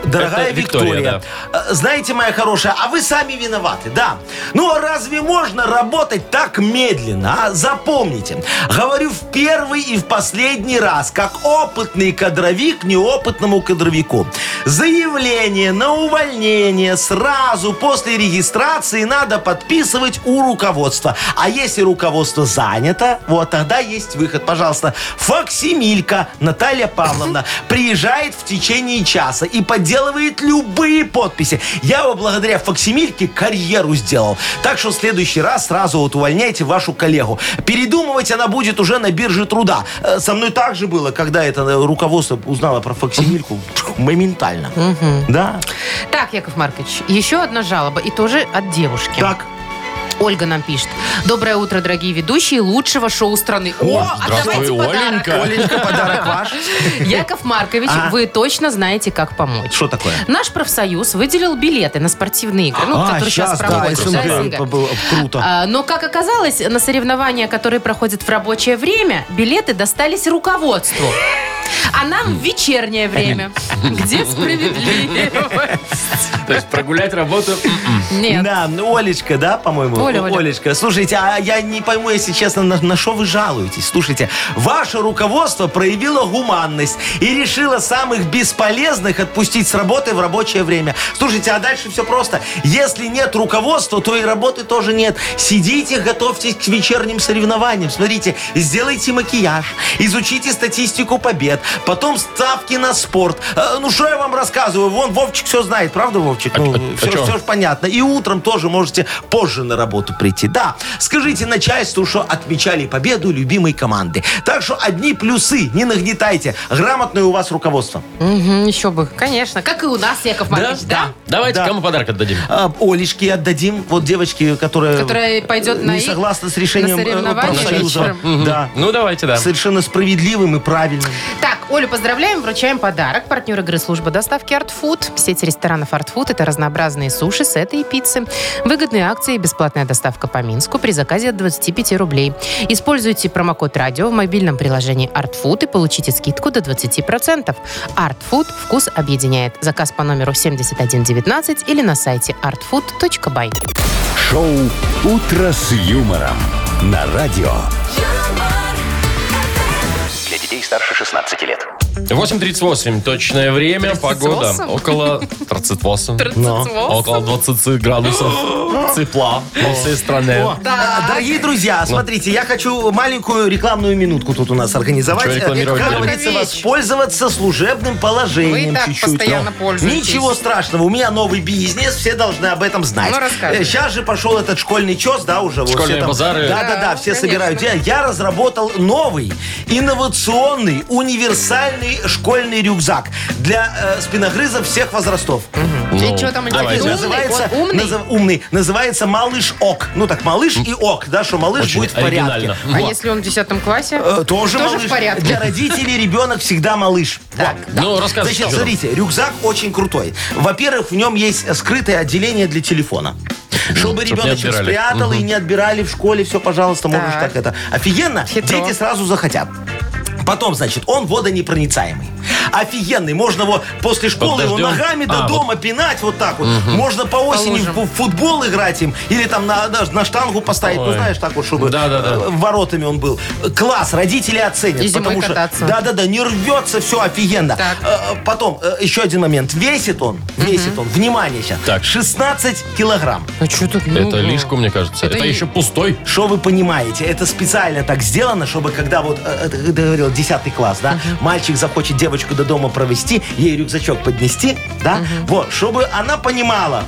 Speaker 4: дорогая
Speaker 2: Это Виктория,
Speaker 4: Виктория, э, знаете, моя хорошая, а вы сами виноваты, да. Ну, а разве можно работать так медленно, а? Запомните, говорю в первый и в последний раз, как опытный кадровик неопытному кадровику. Заявление на увольнение сразу после регистрации надо подписывать у руководства. А если руководство занято, вот тогда есть выход. Пожалуйста, факсимилька Наталья Павловна приезжает в течение часа и подделывает любые подписи. Я его благодаря факсимильке карьеру сделал. Так что в следующий раз сразу вот увольняйте вашу коллегу. Передумывать она будет уже на бирже труда. Э, Со мной так же было, когда это э, руководство узнало про факсимильку моментально. Да?
Speaker 3: Так, Яков Маркович, еще одна жалоба, и тоже от девушки.
Speaker 4: Так.
Speaker 3: Ольга нам пишет. Доброе утро, дорогие ведущие лучшего шоу страны. О,
Speaker 2: здравствуй,
Speaker 3: отдавайте подарок.
Speaker 2: Оленька.
Speaker 4: Оленька, подарок ваш.
Speaker 3: Яков Маркович,
Speaker 4: А.
Speaker 3: вы точно знаете, как помочь.
Speaker 4: Что такое?
Speaker 3: Наш профсоюз выделил билеты на спортивные игры, ну, которые сейчас,
Speaker 4: А, щас, да,
Speaker 3: проходят.
Speaker 4: СНГ,
Speaker 3: да, СНГ.
Speaker 4: было э, круто.
Speaker 3: А, Но, как оказалось, на соревнования, которые проходят в рабочее время, билеты достались руководству. А нам в вечернее время. Где справедливость?
Speaker 2: То есть прогулять работу... м-м.
Speaker 3: Нет.
Speaker 4: Да, ну, Олечка, да, по-моему?
Speaker 3: Оля,
Speaker 4: О-
Speaker 3: Оля.
Speaker 4: Олечка, слушайте, а я не пойму, если честно, на, на что вы жалуетесь? Слушайте, ваше руководство проявило гуманность и решило самых бесполезных отпустить с работы в рабочее время. Слушайте, а дальше все просто. Если нет руководства, то и работы тоже нет. Сидите, готовьтесь к вечерним соревнованиям. Смотрите, сделайте макияж, изучите статистику побед, потом ставки на спорт. Э, Ну, что я вам рассказываю? Вон, Вовчик все знает, правда, Вовчик?
Speaker 2: А-
Speaker 4: ну,
Speaker 2: а- а
Speaker 4: все,
Speaker 2: чё?
Speaker 4: все ж понятно. И утром тоже можете позже на работу прийти. Да, скажите начальству, что отмечали победу любимой команды. Так что одни плюсы, не нагнетайте. Грамотное у вас руководство.
Speaker 3: Мгм, Еще бы. Конечно. Как и у нас, Яков Маркович, да?
Speaker 2: Давайте
Speaker 4: Да.
Speaker 2: кому подарок отдадим?
Speaker 4: А, Олечке отдадим, вот девочке, которая,
Speaker 3: Которая пойдет на
Speaker 4: не
Speaker 3: и-
Speaker 4: согласна с решением
Speaker 3: на
Speaker 4: э,
Speaker 3: соревнования
Speaker 4: профсоюза.
Speaker 3: вечером.
Speaker 2: Мгм.
Speaker 4: Да.
Speaker 2: Ну, давайте, да.
Speaker 4: Совершенно справедливым и правильным.
Speaker 3: Так, Олю поздравляем, вручаем подарок. Партнер игры служба доставки Art Food. Сеть ресторанов Art Food – это разнообразные суши, сеты и пиццы. Выгодные акции и бесплатная доставка по Минску при заказе от 25 рублей. Используйте промокод «Радио» в мобильном приложении Art Food и получите скидку до 20%. Art Food – вкус объединяет. Заказ по номеру 7119 или на сайте artfood.by.
Speaker 1: Шоу «Утро с юмором» на радио.
Speaker 5: Для детей старше 16 лет.
Speaker 2: 8.38, точное время,
Speaker 3: 38?
Speaker 2: погода около 38, около 20 градусов тепла по всей стране.
Speaker 4: А, Дорогие друзья,
Speaker 2: Ну.
Speaker 4: смотрите, я хочу маленькую рекламную минутку тут у нас организовать.
Speaker 2: Что рекламировать
Speaker 4: Э, Как
Speaker 2: будем?
Speaker 4: говорится,
Speaker 3: Маркович.
Speaker 4: воспользоваться служебным
Speaker 3: Вы и
Speaker 4: положением
Speaker 3: так
Speaker 4: чуть-чуть.
Speaker 3: постоянно
Speaker 4: Ну,
Speaker 3: пользуетесь.
Speaker 4: Ничего страшного, у меня новый бизнес, все должны об этом знать.
Speaker 3: Ну, рассказывай.
Speaker 4: Сейчас же пошел этот школьный чес, да, уже. вот
Speaker 2: Школьные
Speaker 4: все там-
Speaker 2: базары.
Speaker 3: Да,
Speaker 4: Да-да-да, все
Speaker 3: конечно.
Speaker 4: собирают. Я- Я разработал новый, инновационный, универсальный школьный рюкзак для э, спиногрызов всех возрастов.
Speaker 2: Ну,
Speaker 3: И что там,
Speaker 2: давайте.
Speaker 3: Альфин, умный?
Speaker 4: Называется,
Speaker 3: Он умный?
Speaker 4: назов- умный. Называется малыш ок. Ну так, малыш и ок, да, что малыш
Speaker 2: Очень
Speaker 4: будет в порядке.
Speaker 2: оригинально.
Speaker 3: А
Speaker 2: Во.
Speaker 3: если он в 10 классе?
Speaker 4: Э, Тоже,
Speaker 3: Тоже
Speaker 4: малыш.
Speaker 3: в порядке.
Speaker 4: Для родителей ребенок всегда малыш.
Speaker 3: Так,
Speaker 4: Во.
Speaker 2: Ну, рассказывай.
Speaker 4: Значит,
Speaker 2: что там.
Speaker 4: смотрите, рюкзак очень крутой. Во-первых, в нем есть скрытое отделение для телефона. Чтобы
Speaker 2: Ну, чтоб не
Speaker 4: ребеночек
Speaker 2: отбирали.
Speaker 4: спрятал и не отбирали в школе, все, пожалуйста, можешь
Speaker 3: Так.
Speaker 4: так это. Офигенно,
Speaker 3: Хитро.
Speaker 4: дети сразу захотят. Потом, значит, он водонепроницаемый. Офигенный. Можно его после школы его
Speaker 2: дождем?
Speaker 4: ногами до
Speaker 2: А,
Speaker 4: дома пинать вот так вот. Можно по осени в,
Speaker 3: Положим.
Speaker 4: в футбол играть им или там на, на- на штангу поставить. Ну,
Speaker 2: Ой.
Speaker 4: знаешь, так вот, чтобы
Speaker 2: Да-да-да.
Speaker 4: э, воротами он был. Класс, родители оценят.
Speaker 3: И зимой
Speaker 4: потому что,
Speaker 3: кататься.
Speaker 4: Да, да, да, не рвется, все офигенно.
Speaker 3: Так.
Speaker 4: Э, э, Потом, э, еще один момент. Весит он, весит он, внимание сейчас,
Speaker 2: Так.
Speaker 4: 16 килограмм.
Speaker 3: А что тут
Speaker 2: Это
Speaker 3: много?
Speaker 2: лишку, мне кажется. Это,
Speaker 3: Это и-
Speaker 2: еще пустой.
Speaker 4: Что вы понимаете, это специально так сделано, чтобы когда вот, э, э, ты говорил, 10 класс, да, мальчик захочет девочку до дома провести, ей рюкзачок поднести, да, вот, чтобы она понимала,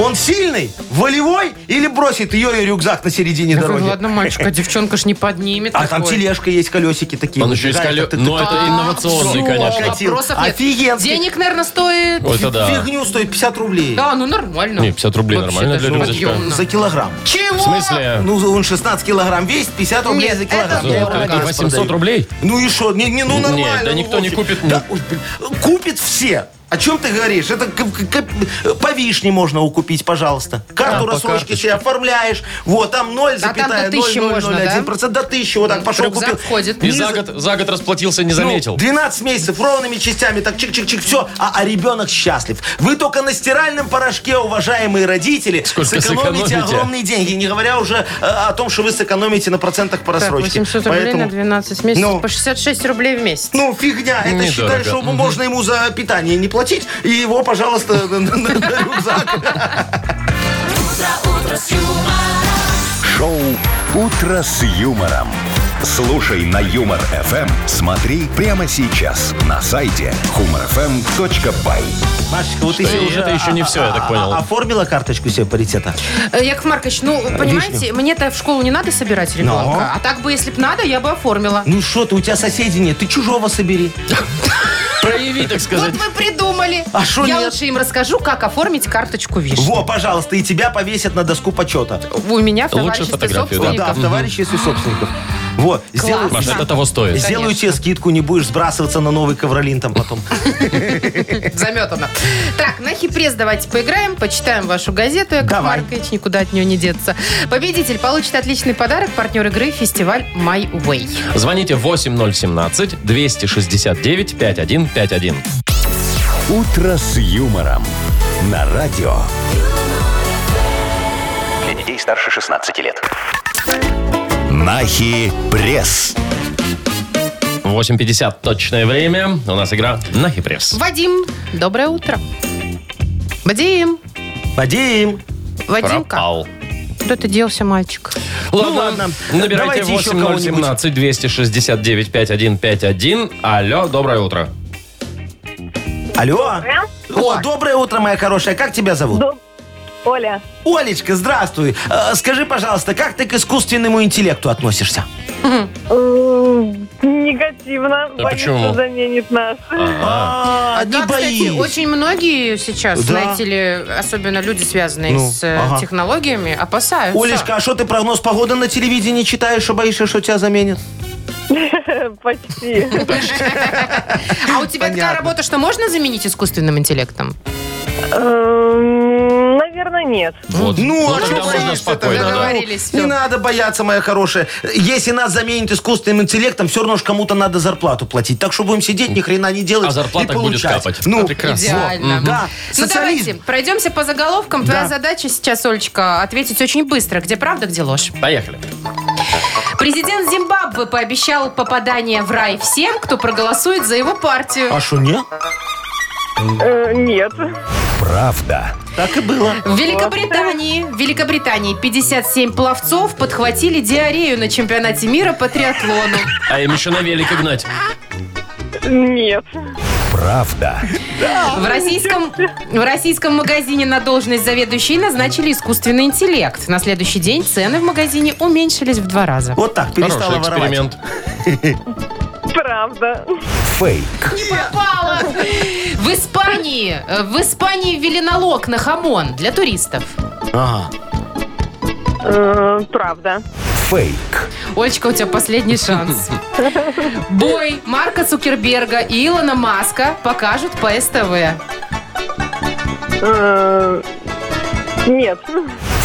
Speaker 4: он сильный, волевой или бросит ее и рюкзак на середине
Speaker 3: Какой
Speaker 4: дороги.
Speaker 3: Ну, ладно, мальчик, а девчонка ж не поднимет.
Speaker 4: А там
Speaker 3: такой. А,
Speaker 4: тележка есть, колесики такие.
Speaker 2: Он еще и с
Speaker 4: выбегает,
Speaker 2: колё- ну, Но
Speaker 4: так, так, так,
Speaker 2: это инновационный,
Speaker 3: Всё,
Speaker 2: конечно.
Speaker 4: Катил.
Speaker 3: Вопросов нет.
Speaker 4: Офигенский.
Speaker 3: Денег, наверное, стоит.
Speaker 2: Ой, это да.
Speaker 4: Фигню стоит 50 рублей.
Speaker 3: Да, ну нормально.
Speaker 2: Не, 50 рублей нормально для
Speaker 3: даже
Speaker 2: рюкзачка.
Speaker 3: подъемно.
Speaker 4: За килограмм.
Speaker 3: Чего?
Speaker 2: В смысле?
Speaker 4: Ну, он 16 килограмм весит, 50 рублей
Speaker 3: Нет,
Speaker 4: за килограмм.
Speaker 3: это
Speaker 4: Я его
Speaker 2: дорого.
Speaker 4: на
Speaker 2: Какие,
Speaker 4: газ
Speaker 2: 800
Speaker 4: продаю.
Speaker 2: рублей?
Speaker 4: Ну и что? Не, не, ну
Speaker 2: Нет,
Speaker 4: нормально.
Speaker 2: да
Speaker 4: ну,
Speaker 2: никто
Speaker 4: Вовчик.
Speaker 2: не купит, ну.
Speaker 4: Да, ой, блин, купит все. О чем ты говоришь? Это к- к- к- по вишне можно укупить, пожалуйста.
Speaker 2: А,
Speaker 4: Карту
Speaker 2: по
Speaker 4: рассрочки
Speaker 2: карточке.
Speaker 4: себе оформляешь. Вот, там
Speaker 3: там до 1000 можно,
Speaker 4: 0,001%. До 1000 вот так пошел
Speaker 3: Рюкзак
Speaker 4: купил.
Speaker 3: входит.
Speaker 2: И
Speaker 4: Не
Speaker 2: за год, за год расплатился, не заметил.
Speaker 4: Ну, 12 месяцев ровными частями, так чик-чик-чик, все. А, а ребенок счастлив. Вы только на стиральном порошке, уважаемые родители,
Speaker 2: Сколько
Speaker 4: сэкономите,
Speaker 2: сэкономите?
Speaker 4: огромные деньги. Не говоря уже э, о том, что вы сэкономите на процентах по
Speaker 3: Так,
Speaker 4: рассрочке.
Speaker 3: 800 рублей
Speaker 4: Поэтому-
Speaker 3: на 12 месяцев.
Speaker 4: Ну.
Speaker 3: По 66 рублей в месяц.
Speaker 4: Ну, фигня. Это
Speaker 2: Недорого.
Speaker 4: считай, что
Speaker 2: Мгм.
Speaker 4: можно ему за питание не платить, и его, пожалуйста, на на- на рюкзак.
Speaker 1: Шоу «Утро с юмором». Слушай на Юмор ФМ. Смотри прямо сейчас на сайте humorfm.by.
Speaker 4: Машечка, вот ты
Speaker 2: Что,
Speaker 4: себе
Speaker 2: и
Speaker 4: уже
Speaker 2: это еще не
Speaker 4: о-
Speaker 2: все, я так
Speaker 4: о-
Speaker 2: понял.
Speaker 4: о- А, Оформила карточку себе паритета?
Speaker 3: Э, Яков Маркович, ну, понимаете, мне-то в школу не надо собирать
Speaker 4: Ну.
Speaker 3: ребенка.
Speaker 4: Но.
Speaker 3: А так бы, если б надо, я бы оформила.
Speaker 4: Ну что ты, у тебя соседей нет, ты чужого собери.
Speaker 2: Прояви, так сказать.
Speaker 3: Вот вы придумали.
Speaker 4: Ну, А шо
Speaker 3: Я
Speaker 4: нет?
Speaker 3: лучше им расскажу, как оформить карточку вишни.
Speaker 4: Во, пожалуйста, и тебя повесят на доску почета.
Speaker 3: У меня в
Speaker 2: Лучше
Speaker 3: товариществе
Speaker 2: фотографию,
Speaker 4: Да, да,
Speaker 3: собственников.
Speaker 4: в товарищи, если собственников. Вот, сделаю,
Speaker 2: Маша, это того стоит.
Speaker 4: сделаю
Speaker 3: конечно.
Speaker 4: тебе скидку, не будешь сбрасываться на новый ковролин там потом.
Speaker 3: Заметано. Так, на хипресс давайте поиграем, почитаем вашу газету. Яков
Speaker 4: Давай.
Speaker 3: Маркович, никуда от нее не деться. Победитель получит отличный подарок. Партнер игры фестиваль My Way.
Speaker 2: Звоните 8017-269-5151.
Speaker 1: «Утро с юмором» на радио.
Speaker 5: Для детей старше 16 лет.
Speaker 1: Нахи пресс.
Speaker 2: 8.50 точное время. У нас игра на хипресс.
Speaker 3: Вадим, доброе утро. Вадим,
Speaker 4: Вадим.
Speaker 3: Вадимка,
Speaker 2: Пропал.
Speaker 3: куда ты делся, мальчик?
Speaker 2: Ладно,
Speaker 4: Ну ладно.
Speaker 2: набирайте
Speaker 4: Давайте еще
Speaker 2: 8017 269 5151. Алло, доброе утро.
Speaker 4: Алло. О,
Speaker 3: О.
Speaker 4: доброе утро, моя хорошая. Как тебя зовут?
Speaker 8: Оля,
Speaker 4: Олечка, здравствуй. Э, Скажи, пожалуйста, как ты к искусственному интеллекту относишься?
Speaker 8: Э, негативно.
Speaker 2: Да почему?
Speaker 8: заменит нас.
Speaker 2: Ага.
Speaker 4: А, не
Speaker 3: Да, кстати,
Speaker 4: боись.
Speaker 3: очень многие сейчас,
Speaker 4: Да.
Speaker 3: знаете ли, особенно люди, связанные
Speaker 4: Ну,
Speaker 3: с э,
Speaker 4: ага.
Speaker 3: технологиями, опасаются.
Speaker 4: Олечка, а что ты прогноз погоды на телевидении читаешь, что боишься, что тебя заменят?
Speaker 8: Почти.
Speaker 3: а у тебя такая
Speaker 4: понятно.
Speaker 3: работа, что можно заменить искусственным интеллектом?
Speaker 8: Эм, Наверное, нет.
Speaker 2: Вот.
Speaker 4: Ну,
Speaker 2: Ну,
Speaker 4: а
Speaker 2: тогда
Speaker 4: что
Speaker 2: можно
Speaker 4: боишься-то,
Speaker 2: спокойно,
Speaker 4: да,
Speaker 2: да.
Speaker 4: ну,
Speaker 3: Договорились,
Speaker 4: Не
Speaker 3: всё.
Speaker 4: надо бояться, моя хорошая. Если нас заменит искусственным интеллектом, все равно ж кому-то надо зарплату платить. Так что будем сидеть, ни хрена не делать
Speaker 2: А зарплата
Speaker 4: и
Speaker 2: будет
Speaker 4: получать.
Speaker 2: капать.
Speaker 4: Ну,
Speaker 2: Прекрасно.
Speaker 3: Идеально.
Speaker 4: Мгм. Да,
Speaker 3: Ну
Speaker 4: социализм.
Speaker 3: давайте, пройдемся по заголовкам. Твоя
Speaker 4: Да.
Speaker 3: задача сейчас, Олечка, ответить очень быстро. Где правда, где ложь.
Speaker 2: Поехали.
Speaker 3: Президент Зимбабве пообещал попадание в рай всем, кто проголосует за его партию.
Speaker 4: а что, не?
Speaker 8: Э, Нет.
Speaker 1: Правда.
Speaker 4: Так и было.
Speaker 3: В Великобритании, в Великобритании 57 пловцов подхватили диарею на чемпионате мира по триатлону.
Speaker 2: А им еще на велике гнать.
Speaker 8: Нет.
Speaker 1: Правда.
Speaker 3: В российском, в российском магазине на должность заведующей назначили искусственный интеллект. На следующий день цены в магазине уменьшились в два раза.
Speaker 4: Вот так, перестала
Speaker 2: Хороший
Speaker 4: воровать.
Speaker 2: эксперимент.
Speaker 8: Правда.
Speaker 1: Фейк.
Speaker 3: Попала! В Испании Испании, э, в Испании ввели налог на хамон для туристов.
Speaker 4: Ага.
Speaker 8: Э, правда.
Speaker 1: Фейк.
Speaker 3: Олечка, у тебя последний шанс. Бой Марка Цукерберга и Илона Маска покажут по СТВ.
Speaker 8: Э, нет.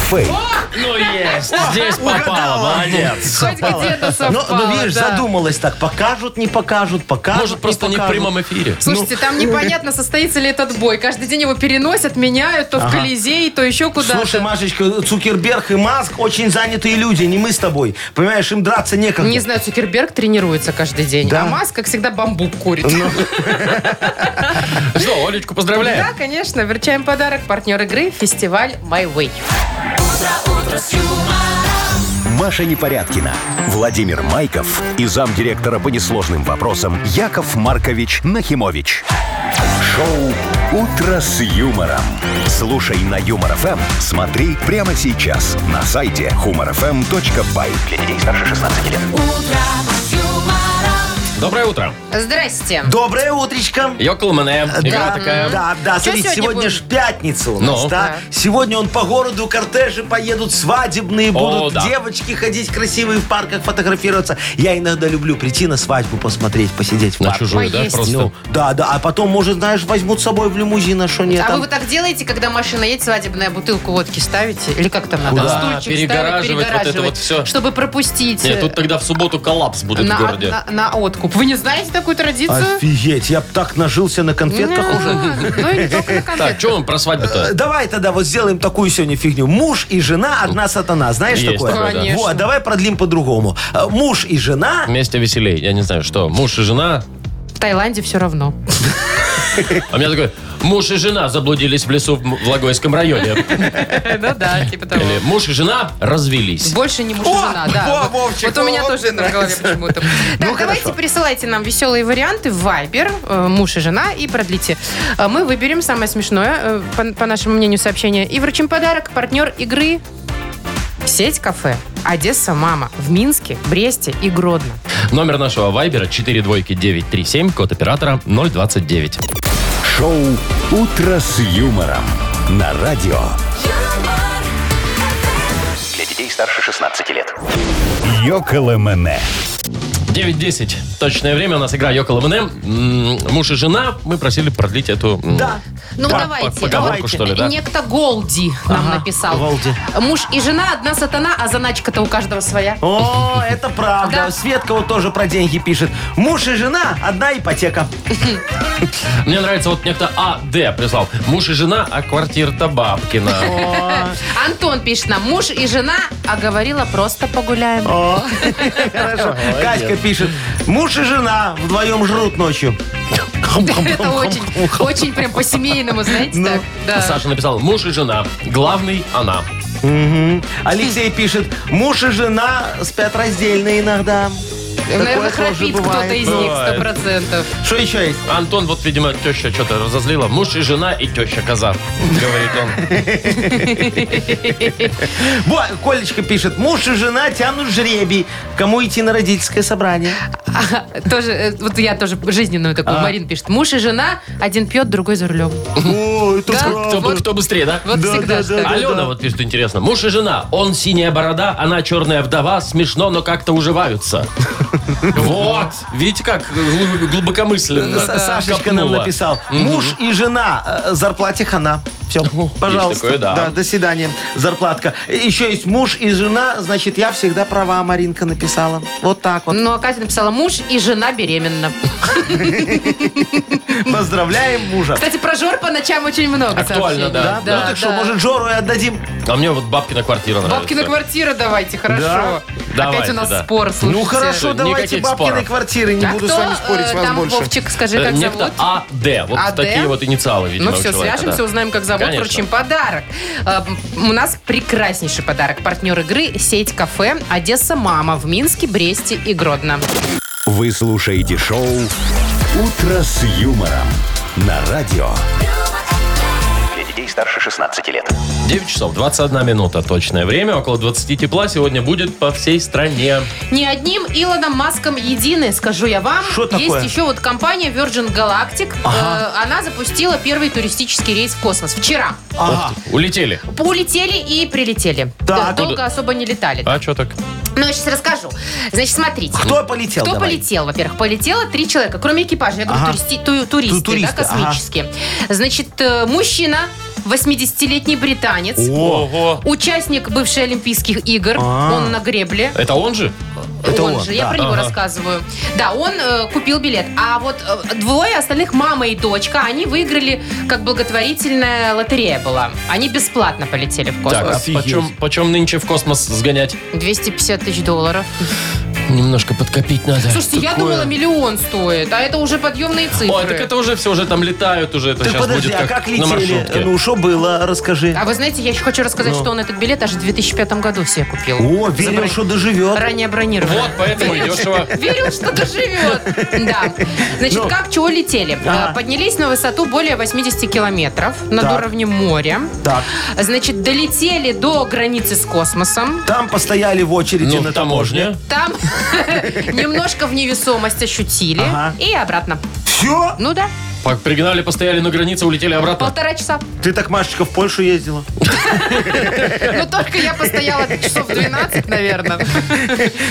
Speaker 1: Фейк.
Speaker 2: Ну, есть. Здесь попало.
Speaker 4: Угадала.
Speaker 2: Молодец.
Speaker 3: Хоть где-то
Speaker 4: Но,
Speaker 3: совпало,
Speaker 4: Ну, видишь,
Speaker 3: да.
Speaker 4: задумалась так, покажут, не покажут, покажут,
Speaker 2: Может, просто не в
Speaker 4: покажут.
Speaker 2: прямом эфире.
Speaker 4: Ну.
Speaker 3: Слушайте, там непонятно, состоится ли этот бой. Каждый день его переносят, меняют, то в Колизей, то еще
Speaker 4: Ну Слушай,
Speaker 3: куда-то.
Speaker 4: Машечка, Цукерберг и Маск очень занятые люди, не мы с тобой. Понимаешь, им драться некогда.
Speaker 3: Не знаю, Цукерберг тренируется каждый день,
Speaker 4: Да. Ну,
Speaker 3: а Маск, как всегда, бамбук курит.
Speaker 2: Что, Олечку поздравляем.
Speaker 3: Да,
Speaker 4: э.
Speaker 3: конечно, вручаем подарок. Партнер игры – фестиваль My Way.
Speaker 1: Маша Непорядкина, Владимир Майков и замдиректора по несложным вопросам Яков Маркович Нахимович. Шоу «Утро с юмором». Слушай на Юмор ФМ, смотри прямо сейчас на сайте humorfm.by. Для детей старше 16 лет.
Speaker 2: Доброе утро.
Speaker 3: Здрасте.
Speaker 4: Доброе утречко.
Speaker 2: Йоколмане. Игра такая.
Speaker 4: Да, да,
Speaker 3: Чё
Speaker 4: смотрите,
Speaker 3: сегодня
Speaker 4: сегодня, ж пятница у
Speaker 2: Ну.
Speaker 4: нас, да? Сегодня он по городу кортежи поедут, свадебные будут,
Speaker 2: да.
Speaker 4: девочки ходить красивые в парках фотографироваться. Я иногда люблю прийти на свадьбу посмотреть, посидеть в
Speaker 2: На
Speaker 4: парке.
Speaker 2: чужую, да,
Speaker 3: Поесть.
Speaker 2: просто.
Speaker 4: Ну, да, да, а потом, может, знаешь, возьмут с собой в лимузин, а что нет.
Speaker 3: А
Speaker 4: там-
Speaker 3: вы вот так делаете, когда машина едет, свадебная бутылку водки ставите? Или как там надо?
Speaker 2: Да,
Speaker 3: Стульчик ставят,
Speaker 2: перегораживать вот это
Speaker 3: перегораживать,
Speaker 2: вот всё.
Speaker 3: Чтобы пропустить
Speaker 2: Нет,
Speaker 3: э,
Speaker 2: тут тогда в субботу коллапс будет
Speaker 3: на,
Speaker 2: в городе.
Speaker 3: на- на откуп. Вы не знаете такую традицию?
Speaker 4: Офигеть, я б так нажился на конфетках уже.
Speaker 3: Да, Ну и не только на
Speaker 2: Так,
Speaker 3: конфетах.
Speaker 2: что вам про свадьбу-то?
Speaker 4: Давай тогда вот сделаем такую сегодня фигню. Муж и жена, одна сатана. Знаешь
Speaker 2: Есть
Speaker 4: такое?
Speaker 2: такое,
Speaker 3: да. Конечно.
Speaker 4: Вот, давай продлим по-другому. Э, Муж и жена...
Speaker 2: Вместе веселей. Я не знаю, что. Муж и жена.
Speaker 3: В Таиланде все равно.
Speaker 2: А у меня такой, муж и жена заблудились в лесу в М- в Логойском районе.
Speaker 3: Да, да, типа того.
Speaker 2: Или муж и жена развелись.
Speaker 3: Больше не муж и
Speaker 4: О,
Speaker 3: жена, да.
Speaker 4: во,
Speaker 3: Вот-
Speaker 4: Вовчик,
Speaker 3: вот у
Speaker 4: во,
Speaker 3: меня
Speaker 4: вот
Speaker 3: тоже
Speaker 4: мне
Speaker 3: это в голове
Speaker 4: нравится.
Speaker 3: почему-то.
Speaker 4: Ну,
Speaker 3: Так, давайте
Speaker 4: хорошо.
Speaker 3: присылайте нам веселые варианты в Viber, э, муж и жена, и продлите. Э, Мы выберем самое смешное, э, по- по нашему мнению, сообщение, и вручим подарок. Партнер игры Сеть кафе Одесса Мама в Минске, Бресте и Гродно.
Speaker 2: Номер нашего вайбера 42937, код оператора 029.
Speaker 1: Шоу «Утро с юмором» на радио.
Speaker 5: Для детей старше 16 лет.
Speaker 1: Йоколэмэне.
Speaker 2: 9.10. Точное время. У нас игра Йокол МНМ. Муж и жена. Мы просили продлить эту... м,
Speaker 4: Да.
Speaker 3: Ну,
Speaker 2: по-
Speaker 3: давайте.
Speaker 2: по- Поговорку, что ли, да?
Speaker 3: Некто Голди нам написал.
Speaker 4: Голди.
Speaker 3: Муж и жена, одна сатана, а заначка-то у каждого своя.
Speaker 4: О, это правда.
Speaker 3: Да.
Speaker 4: Светка вот тоже про деньги пишет. Муж и жена, одна ипотека.
Speaker 2: Мне нравится вот некто А.Д. прислал. Муж и жена, а квартира-то бабкина.
Speaker 3: Антон пишет нам, муж и жена, а говорила просто погуляем.
Speaker 4: Хорошо. Катька пишет. Муж и жена вдвоем жрут ночью.
Speaker 3: Это очень, очень прям по-семейному,
Speaker 4: Ну,
Speaker 3: знаете, так. Да.
Speaker 2: Саша написал, муж и жена. Главный она.
Speaker 4: Алексей пишет. Муж и жена спят раздельно иногда.
Speaker 3: Наверное,
Speaker 4: Такое тоже
Speaker 3: храпит кто-то
Speaker 4: бывает.
Speaker 3: из них, сто
Speaker 2: Бывает.
Speaker 3: процентов.
Speaker 4: Что еще есть?
Speaker 2: Антон, вот, видимо, теща что-то разозлила. Муж и жена и теща коза, говорит он.
Speaker 4: Во, Колечка пишет. Муж и жена тянут жребий. Кому идти на родительское собрание?
Speaker 3: Тоже, э, вот я тоже жизненную такую,
Speaker 4: А.
Speaker 3: Марин пишет. Муж и жена, один пьет, другой за рулем.
Speaker 4: О, это
Speaker 3: Да?
Speaker 2: Кто, бы- кто быстрее, да?
Speaker 3: Вот всегда
Speaker 4: да,
Speaker 3: что
Speaker 4: да,
Speaker 3: ли.
Speaker 2: Алена вот пишет, интересно. Муж и жена. Он синяя борода, она черная вдова. Смешно, но как-то уживаются. Вот. Видите, как глу- глубокомысленно.
Speaker 4: С- Сашечка нам
Speaker 2: копнула.
Speaker 4: написал. Муж и жена, э, зарплате хана. Все, пожалуйста.
Speaker 2: такое, да.
Speaker 4: До свидания, зарплатка. Еще есть муж и жена, значит, я всегда права, Маринка написала. Вот так вот.
Speaker 3: Ну, а Катя написала, муж и жена беременна.
Speaker 4: Поздравляем мужа.
Speaker 3: Кстати, про жор по ночам очень много
Speaker 2: Актуально,
Speaker 3: сообщений.
Speaker 2: да.
Speaker 4: Да?
Speaker 2: да,
Speaker 4: ну так что, может, Жору и отдадим?
Speaker 2: А мне вот бабкина квартира нравится.
Speaker 3: Бабкина квартира давайте, хорошо. Опять
Speaker 2: Давайте,
Speaker 3: у нас
Speaker 2: да.
Speaker 3: спор, слушайте.
Speaker 4: Ну хорошо,
Speaker 2: Никаких
Speaker 4: давайте бабкиной
Speaker 2: споров.
Speaker 4: квартиры, не
Speaker 3: А
Speaker 4: буду
Speaker 3: кто,
Speaker 4: с вами спорить,
Speaker 3: э,
Speaker 4: вас
Speaker 3: там,
Speaker 4: больше.
Speaker 3: Вовчик, скажи,
Speaker 2: Э,
Speaker 3: как
Speaker 2: некто
Speaker 3: зовут?
Speaker 2: А.Д. Вот
Speaker 3: А.Д.?
Speaker 2: такие вот инициалы, видимо,
Speaker 3: Ну все,
Speaker 2: у человека,
Speaker 3: свяжемся,
Speaker 2: да.
Speaker 3: узнаем, как зовут,
Speaker 2: Конечно.
Speaker 3: вручим подарок. Э, м, У нас прекраснейший подарок. Партнер игры «Сеть кафе Одесса Мама» в Минске, Бресте и Гродно.
Speaker 1: Вы слушаете шоу «Утро с юмором» на радио.
Speaker 5: Для детей старше 16 лет.
Speaker 2: 9 часов 21 минута точное время. Около 20 тепла сегодня будет по всей стране.
Speaker 3: Ни одним Илоном Маском едины, скажу я вам.
Speaker 4: Что такое?
Speaker 3: Есть еще вот компания Virgin Galactic. Э, она запустила первый туристический рейс в космос. Вчера.
Speaker 4: Ага.
Speaker 2: Улетели.
Speaker 3: Улетели и прилетели.
Speaker 4: Да,
Speaker 3: Д- Долго особо не летали.
Speaker 2: А что так?
Speaker 3: Ну, я сейчас расскажу. Значит, смотрите.
Speaker 4: Кто полетел?
Speaker 3: Кто
Speaker 4: давай?
Speaker 3: полетел? Во-первых, полетело три человека, кроме экипажа. Я говорю,
Speaker 4: Ага.
Speaker 3: туристи- ту- туристы,
Speaker 4: Ту- туристы,
Speaker 3: да, космические. Значит, э, мужчина, 80-летний британец,
Speaker 2: Ого.
Speaker 3: участник бывших Олимпийских игр,
Speaker 4: А.
Speaker 3: он на гребле.
Speaker 2: Это он же?
Speaker 4: Это
Speaker 3: он,
Speaker 4: он,
Speaker 3: же, я
Speaker 4: да.
Speaker 3: про него
Speaker 2: Ага.
Speaker 3: рассказываю. Да, он э, купил билет. А вот э, двое остальных, мама и дочка, они выиграли, как благотворительная лотерея была. Они бесплатно полетели в
Speaker 2: Так, а
Speaker 3: космос.
Speaker 4: Офигеть.
Speaker 2: почем, почем нынче в космос сгонять?
Speaker 3: 250 тысяч долларов.
Speaker 2: Немножко подкопить надо.
Speaker 3: Слушайте, я думала, миллион стоит, а это уже подъемные цифры.
Speaker 2: Ой, так это уже все, уже там летают, уже это
Speaker 4: Ты
Speaker 2: сейчас
Speaker 4: подожди,
Speaker 2: будет
Speaker 4: а
Speaker 2: как,
Speaker 4: как
Speaker 2: на
Speaker 4: летели?
Speaker 2: маршрутке.
Speaker 4: Ну, что было? Расскажи.
Speaker 3: А вы знаете, я еще хочу рассказать, что он этот билет даже в 2005 году себе купил.
Speaker 4: Ну. О, верил,
Speaker 3: Забро-
Speaker 4: что доживет.
Speaker 3: Ранее бронировал.
Speaker 2: Вот, поэтому и дешево.
Speaker 3: Верил, что доживет. Да. Значит,
Speaker 4: Ну.
Speaker 3: как, чего летели?
Speaker 4: Ага.
Speaker 3: Э, Поднялись на высоту более 80 километров над
Speaker 4: А. Так.
Speaker 3: уровнем моря.
Speaker 4: Так,
Speaker 3: Значит, долетели до границы с космосом.
Speaker 4: там постояли в очереди
Speaker 2: Ну,
Speaker 4: на
Speaker 2: таможня.
Speaker 4: таможне.
Speaker 3: Там немножко в невесомость ощутили.
Speaker 4: Ага.
Speaker 3: И обратно.
Speaker 4: Все?
Speaker 3: Ну да,
Speaker 2: Пак- Пригнали, постояли на границе, улетели обратно.
Speaker 3: полтора часа.
Speaker 4: Ты так, Машечка, в Польшу ездила?
Speaker 3: Но только я постояла часов 12, наверное.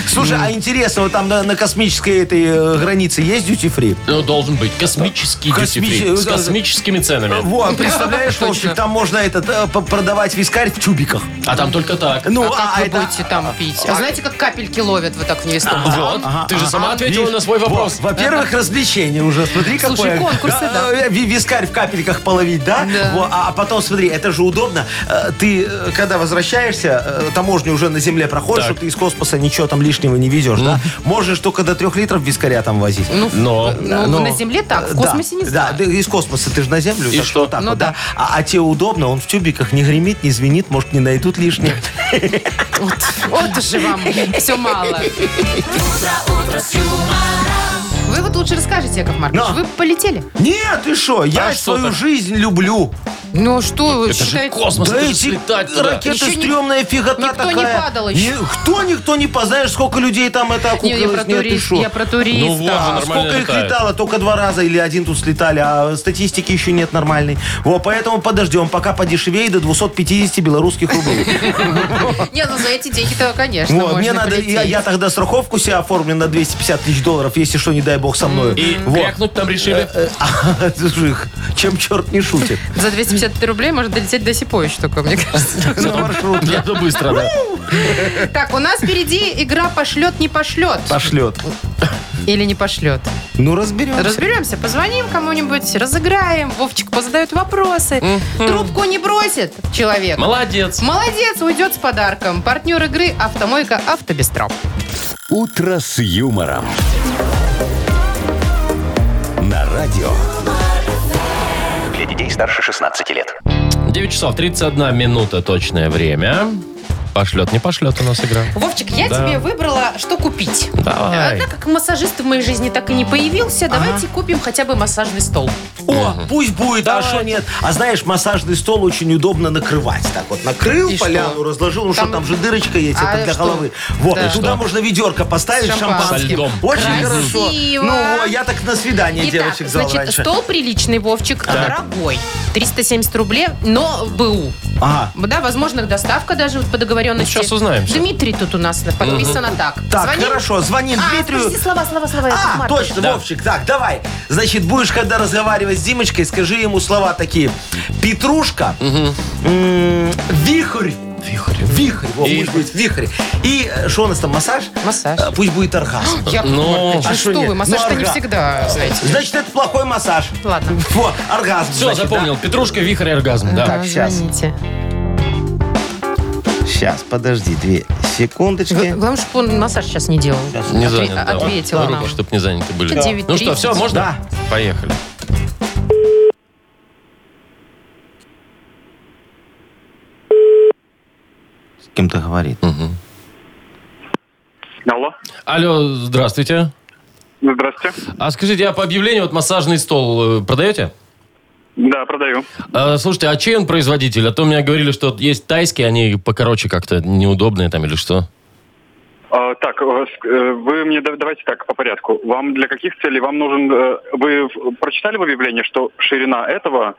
Speaker 4: Слушай, а интересно, вот там на, на космической этой э, границе есть дьюти-фри?
Speaker 2: Ну, должен быть космический
Speaker 4: Космич-
Speaker 2: дьюти-фри С
Speaker 4: э,
Speaker 2: космическими ценами.
Speaker 4: Вот, представляешь,
Speaker 3: Точно.
Speaker 4: Вовчик, там можно этот, э, п- продавать вискарь в тюбиках.
Speaker 2: А там только так.
Speaker 4: Ну,
Speaker 3: А как вы
Speaker 4: это-
Speaker 3: будете там пить? А знаете, как капельки ловят вот так в невесомость?
Speaker 2: Вот, ты же сама ответила
Speaker 4: А, Видишь?
Speaker 2: на свой вопрос.
Speaker 4: Во- Во-первых, развлечение уже. Смотри, какое.
Speaker 3: Слушай, конкурсы, да.
Speaker 4: э, ви- Вискарь в капельках половить, да?
Speaker 3: Да.
Speaker 4: Во, а а потом, смотри, это же удобно. Э, Ты, э, когда возвращаешься, э, таможню уже на земле проходишь,
Speaker 2: Так.
Speaker 4: что ты из космоса ничего там лишнего не везешь, да? Можешь только до трех литров вискаря там возить.
Speaker 3: Ну, в-
Speaker 2: Но.
Speaker 3: ну,
Speaker 4: Но-
Speaker 3: на Земле так, в
Speaker 4: Да,
Speaker 3: космосе не
Speaker 4: Да,
Speaker 3: знаю.
Speaker 4: ты из космоса ты же на Землю.
Speaker 2: И
Speaker 4: так
Speaker 2: что?
Speaker 4: вот так
Speaker 3: Ну
Speaker 4: вот,
Speaker 3: да.
Speaker 4: да. А, а тебе удобно, он в тюбиках не гремит, не звенит, может, не найдут лишнее.
Speaker 3: Вот, А, вот уж и вам все мало. Вы вот лучше расскажите, Яков Маркович,
Speaker 4: Но.
Speaker 3: вы полетели?
Speaker 4: Нет, ты что, я
Speaker 2: А что
Speaker 4: свою
Speaker 2: так? Ну,
Speaker 4: жизнь люблю.
Speaker 3: Ну что, вы
Speaker 2: Это же
Speaker 3: считаете?
Speaker 2: космос,
Speaker 4: Да
Speaker 2: это же
Speaker 4: эти
Speaker 2: слетать туда.
Speaker 4: ракеты
Speaker 3: Еще ни-
Speaker 4: стрёмная фигота
Speaker 3: никто не
Speaker 4: такая.
Speaker 3: падал еще.
Speaker 4: Никто, никто не познаешь, сколько людей там это
Speaker 3: Не,
Speaker 4: окупилось.
Speaker 3: я про
Speaker 4: Нет, ты
Speaker 3: турист,
Speaker 4: шо? А
Speaker 3: я про туриста.
Speaker 2: Ну вот же, нормально
Speaker 4: Сколько их
Speaker 2: летает.
Speaker 4: летало, только два раза или один тут слетали, а статистики еще нет нормальной. Вот, поэтому подождем, пока подешевее до 250 белорусских рублей.
Speaker 3: Не, ну за эти деньги-то, конечно,
Speaker 4: Вот, мне
Speaker 3: можно
Speaker 4: надо,
Speaker 3: полететь.
Speaker 4: я, я тогда страховку себе оформлю на 250 тысяч долларов, если что, не дай бог со мной.
Speaker 2: И крякнуть там решили.
Speaker 4: А, слушай, их, Чем черт не шутит?
Speaker 3: За 250 рублей можно долететь до Сипо еще только, мне кажется.
Speaker 4: На маршрут
Speaker 2: Это быстро, да.
Speaker 3: Так, у нас впереди игра пошлет, не пошлет.
Speaker 4: пошлет.
Speaker 3: Или не пошлет.
Speaker 4: Ну, разберемся.
Speaker 3: Разберемся, позвоним кому-нибудь, разыграем. Вовчик позадает вопросы. Трубку не бросит человек.
Speaker 2: Молодец.
Speaker 3: Молодец, уйдет с подарком. Партнер игры «Автомойка Автобестро».
Speaker 1: «Утро с юмором». На радио.
Speaker 5: Для детей старше 16 лет.
Speaker 2: 9 часов 31 минута точное время. Пошлет, не пошлет у нас игра.
Speaker 3: Вовчик, я
Speaker 2: Да.
Speaker 3: тебе выбрала, что купить.
Speaker 2: Давай.
Speaker 3: А, Так как массажист в моей жизни так и не появился, давайте купим хотя бы массажный стол.
Speaker 4: О, пусть будет, а
Speaker 2: Давай.
Speaker 4: что нет? А знаешь, массажный стол очень удобно накрывать. Так вот, накрыл
Speaker 3: И что?
Speaker 4: поляну, разложил, ну что,
Speaker 3: Там-
Speaker 4: там же дырочка есть,
Speaker 3: А
Speaker 4: это для
Speaker 3: что?
Speaker 4: головы. Вот,
Speaker 3: Да.
Speaker 4: и туда
Speaker 2: Что?
Speaker 4: можно ведерко поставить
Speaker 3: С шампанским.
Speaker 4: шампанским.
Speaker 2: Со льдом.
Speaker 4: Очень
Speaker 3: Красиво.
Speaker 4: хорошо. Ну, во, я так на свидание
Speaker 3: Итак,
Speaker 4: девочек звал
Speaker 3: значит,
Speaker 4: раньше.
Speaker 3: стол приличный, Вовчик, дорогой. 370 рублей, но БУ.
Speaker 4: Ага.
Speaker 3: Да, возможно, доставка даже вот по договоренности.
Speaker 2: Ну, сейчас узнаем всё.
Speaker 3: Дмитрий тут у нас подписано так.
Speaker 4: Так,
Speaker 3: Звоним?
Speaker 4: хорошо, звони
Speaker 3: А,
Speaker 4: Дмитрию.
Speaker 3: подожди, слова, слова, слова. Яков
Speaker 4: А,
Speaker 3: Маркович.
Speaker 4: точно, Вовчик, так, давай. Значит, будешь, когда разговаривать с Димочкой, скажи ему слова такие. Петрушка, м, вихрь. Вихрь. Вихрь, Вов,
Speaker 2: И-
Speaker 4: пусть будет вихрь. И э, что у нас там, массаж?
Speaker 3: Массаж.
Speaker 4: Э, Пусть будет оргазм.
Speaker 3: Яков
Speaker 2: Ну.
Speaker 3: Маркович,
Speaker 4: А
Speaker 3: ну
Speaker 4: что
Speaker 3: что
Speaker 4: нет?
Speaker 3: вы, массаж-то
Speaker 4: Ну,
Speaker 3: не
Speaker 4: ага.
Speaker 3: всегда, знаете.
Speaker 4: Значит, это плохой массаж.
Speaker 3: Ладно.
Speaker 4: Во, оргазм.
Speaker 2: Все,
Speaker 4: значит,
Speaker 2: запомнил. Петрушка, вихрь, и оргазм. Да.
Speaker 3: Да,
Speaker 4: щас.
Speaker 3: звоните.
Speaker 4: Сейчас, подожди, две
Speaker 3: Г-
Speaker 4: секундочки.
Speaker 3: Главное, чтобы он массаж сейчас не делал.
Speaker 2: Не
Speaker 3: Отве-
Speaker 2: занят. да.
Speaker 3: Ответила нам.
Speaker 2: Руки, чтоб не заняты были.
Speaker 3: Это 9.30.
Speaker 2: Ну что, все, можно?
Speaker 4: Да.
Speaker 2: Поехали.
Speaker 4: С кем-то говорит.
Speaker 7: Алло,
Speaker 2: Алло, здравствуйте.
Speaker 7: здравствуйте.
Speaker 2: А скажите, а по объявлению вот массажный стол э, продаете?
Speaker 9: Да, продаю.
Speaker 2: А, слушайте, а чей он производитель? А то меня говорили, что есть тайские, они покороче как-то неудобные там или что?
Speaker 9: А, так, э, ск- э, вы мне да- давайте так по порядку. Вам для каких целей вам нужен? э, Вы в- прочитали в объявлении, что ширина этого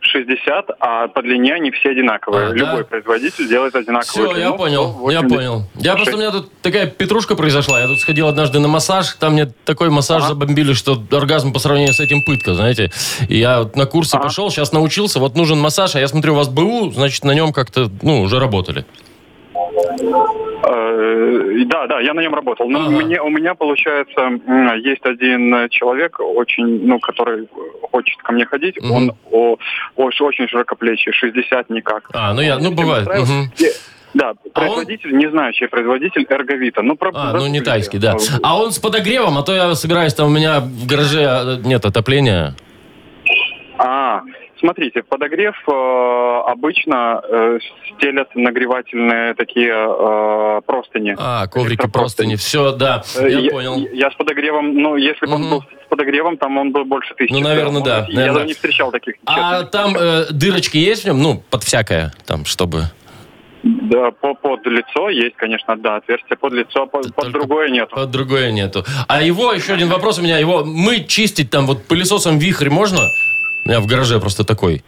Speaker 9: 60, а по длине они все одинаковые.
Speaker 2: А, да.
Speaker 9: Любой производитель делает одинаковую.
Speaker 2: Все, я понял, я понял. Я просто, у меня тут такая петрушка произошла. Я тут сходил однажды на массаж, там мне такой массаж забомбили, что оргазм по сравнению с этим пытка, знаете. И я вот на курсы
Speaker 9: Ага.
Speaker 2: пошел, сейчас научился, вот нужен массаж, а я смотрю, у вас БУ, значит, на нем как-то, ну, уже работали.
Speaker 9: Э, Да, да, я на нем работал. Но
Speaker 2: Ага.
Speaker 9: мне, у меня, получается, м, есть один э, человек, очень, ну, который э, хочет ко мне ходить.
Speaker 2: Мгм.
Speaker 9: Он о- ош- очень широкоплечий, 60 никак.
Speaker 2: А, ну я, ну
Speaker 9: Всем
Speaker 2: бывает.
Speaker 9: нравится.
Speaker 2: мгм.
Speaker 9: Э, Да,
Speaker 2: А он-
Speaker 9: производитель, не знаю, чей производитель, Эрговита. Ну, про-
Speaker 2: А, ну не
Speaker 9: загуглите.
Speaker 2: тайский, да.
Speaker 9: Э,
Speaker 2: А он с подогревом, а то я собираюсь, там у меня в гараже э, нет отопления.
Speaker 9: А, смотрите, подогрев э, обычно э, стелят нагревательные такие э, простыни.
Speaker 2: А, коврики,
Speaker 9: Электропостыль.
Speaker 2: простыни, все, да,
Speaker 9: Э,
Speaker 2: я понял.
Speaker 9: Я с подогревом, ну, если бы
Speaker 2: Мгм.
Speaker 9: он был с подогревом, там он был больше тысячи.
Speaker 2: Ну, наверное,
Speaker 9: Он-
Speaker 2: да,
Speaker 9: Я
Speaker 2: наверное.
Speaker 9: не встречал таких.
Speaker 2: А
Speaker 9: честно.
Speaker 2: там э, дырочки есть в нем? Ну, под всякое, там, чтобы...
Speaker 9: Да, по, под лицо есть, конечно, да, отверстие под лицо, а по- под,
Speaker 2: только-
Speaker 9: другое нет.
Speaker 2: Под другое нету. А его, еще один вопрос у меня, его мы чистить там вот пылесосом вихрь можно? У меня в гараже просто такой.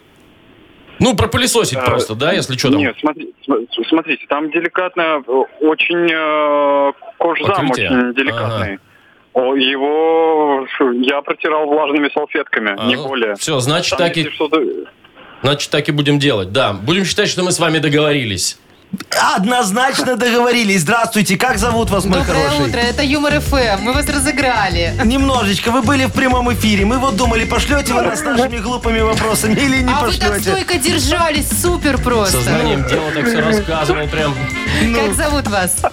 Speaker 2: Ну, пропылесосить
Speaker 9: Э,
Speaker 2: просто, да, если что там?
Speaker 9: Нет, смотри- см- смотрите, там деликатно, э, очень э, кожзам
Speaker 2: Покрытие.
Speaker 9: очень деликатный. О, Его я протирал влажными салфетками, не более.
Speaker 2: Все, А, ну, значит
Speaker 9: Там,
Speaker 2: так,
Speaker 9: если
Speaker 2: и,
Speaker 9: что-то-
Speaker 2: значит, так и будем делать, да. Будем считать, что мы с вами договорились.
Speaker 4: Однозначно договорились. Здравствуйте, как зовут вас, мой
Speaker 3: Доброе
Speaker 4: хороший?
Speaker 3: утро, это Юмор ФМ. Мы вас разыграли.
Speaker 4: Немножечко, вы были в прямом эфире. Мы вот думали, пошлете вы нас нашими глупыми вопросами или не
Speaker 3: а вы так
Speaker 4: пошлете.
Speaker 3: стойко держались, супер просто.
Speaker 2: Сознанием дела так все рассказывал прям.
Speaker 3: Как зовут вас?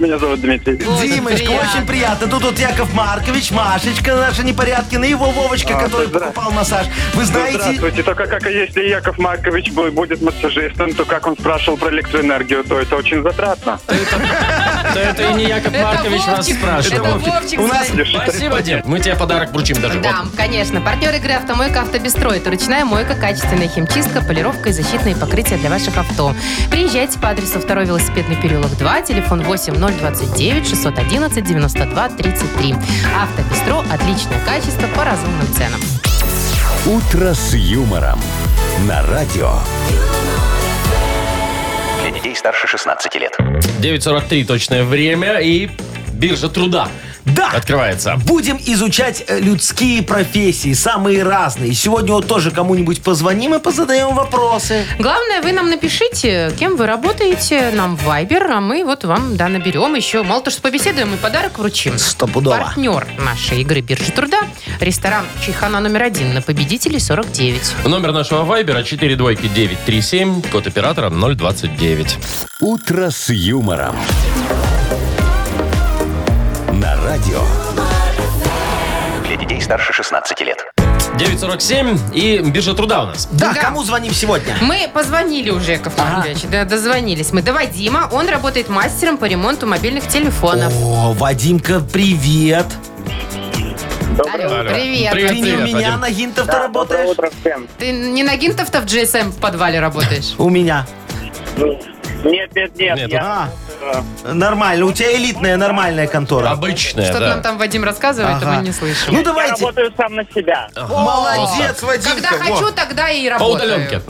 Speaker 9: Меня зовут Дмитрий.
Speaker 4: Ну,
Speaker 9: Ну,
Speaker 3: Ой, как
Speaker 4: Димочка,
Speaker 3: приятно.
Speaker 4: очень приятно. Тут вот Яков Маркович, Машечка наша Непорядкина и его Вовочка,
Speaker 9: А,
Speaker 4: который
Speaker 9: здра-
Speaker 4: покупал массаж. Вы
Speaker 9: Ну,
Speaker 4: знаете,
Speaker 9: Здравствуйте. Только как если Яков Маркович бу- будет массажистом, то как он спрашивал про электроэнергию, то это очень затратно.
Speaker 2: Да это и не Яков
Speaker 3: Это
Speaker 2: Маркович вас
Speaker 3: Вовчик,
Speaker 2: спрашивал.
Speaker 3: Это Вовчик.
Speaker 4: у нас
Speaker 3: звонит.
Speaker 2: Спасибо, Дим. Мы тебе подарок вручим даже.
Speaker 3: Да,
Speaker 2: Вот.
Speaker 3: конечно. Партнер игры «Автомойка Автобестро» – это ручная мойка, качественная химчистка, полировка и защитные покрытия для ваших авто. Приезжайте по адресу 2 велосипедный переулок 2, телефон 8029 611 92 33. «Автобестро» – отличное качество по разумным ценам.
Speaker 1: «Утро с юмором» на радио.
Speaker 5: Для детей старше 16 лет.
Speaker 2: 9.43 точное время и биржа труда
Speaker 4: да,
Speaker 2: открывается.
Speaker 4: будем изучать э, людские профессии, самые разные. Сегодня вот тоже кому-нибудь позвоним и позадаем вопросы.
Speaker 3: Главное, вы нам напишите, кем вы работаете, нам в Viber, а мы вот вам, да, наберем еще. Мало то, что побеседуем, и подарок вручим.
Speaker 4: Стопудово.
Speaker 3: Партнер нашей игры «Биржи труда» – ресторан «Чайхана номер один» на «Победителей 49».
Speaker 2: Номер нашего вайбера 4 двойки 937, код оператора 029.
Speaker 1: «Утро с юмором». На радио.
Speaker 5: Для детей старше 16 лет.
Speaker 2: 947 и биржа труда у нас.
Speaker 4: Да,
Speaker 3: Да.
Speaker 4: кому звоним сегодня?
Speaker 3: Мы позвонили уже, Яков Маркович, да, дозвонились. Мы до Вадима, он работает мастером по ремонту мобильных телефонов.
Speaker 4: О, Вадимка, привет.
Speaker 3: Алло, привет.
Speaker 4: Ты не у меня
Speaker 2: Вадим.
Speaker 4: на гинтов-то работаешь?
Speaker 7: утро всем.
Speaker 3: Ты не на гинтов-то в GSM в подвале работаешь?
Speaker 4: У меня.
Speaker 7: Нет, нет, нет.
Speaker 2: Нет,
Speaker 7: я...
Speaker 4: А, нормально. У тебя элитная нормальная контора.
Speaker 2: Обычная,
Speaker 3: Что
Speaker 2: да.
Speaker 3: нам там Вадим рассказывает, а
Speaker 4: Ага.
Speaker 3: мы не слышим.
Speaker 4: Ну
Speaker 7: я
Speaker 4: давайте.
Speaker 7: работаю сам на себя.
Speaker 4: Молодец, Вадимка.
Speaker 3: Когда
Speaker 4: во.
Speaker 3: хочу, тогда и
Speaker 2: Ну, По
Speaker 3: работаю.
Speaker 2: удаленке.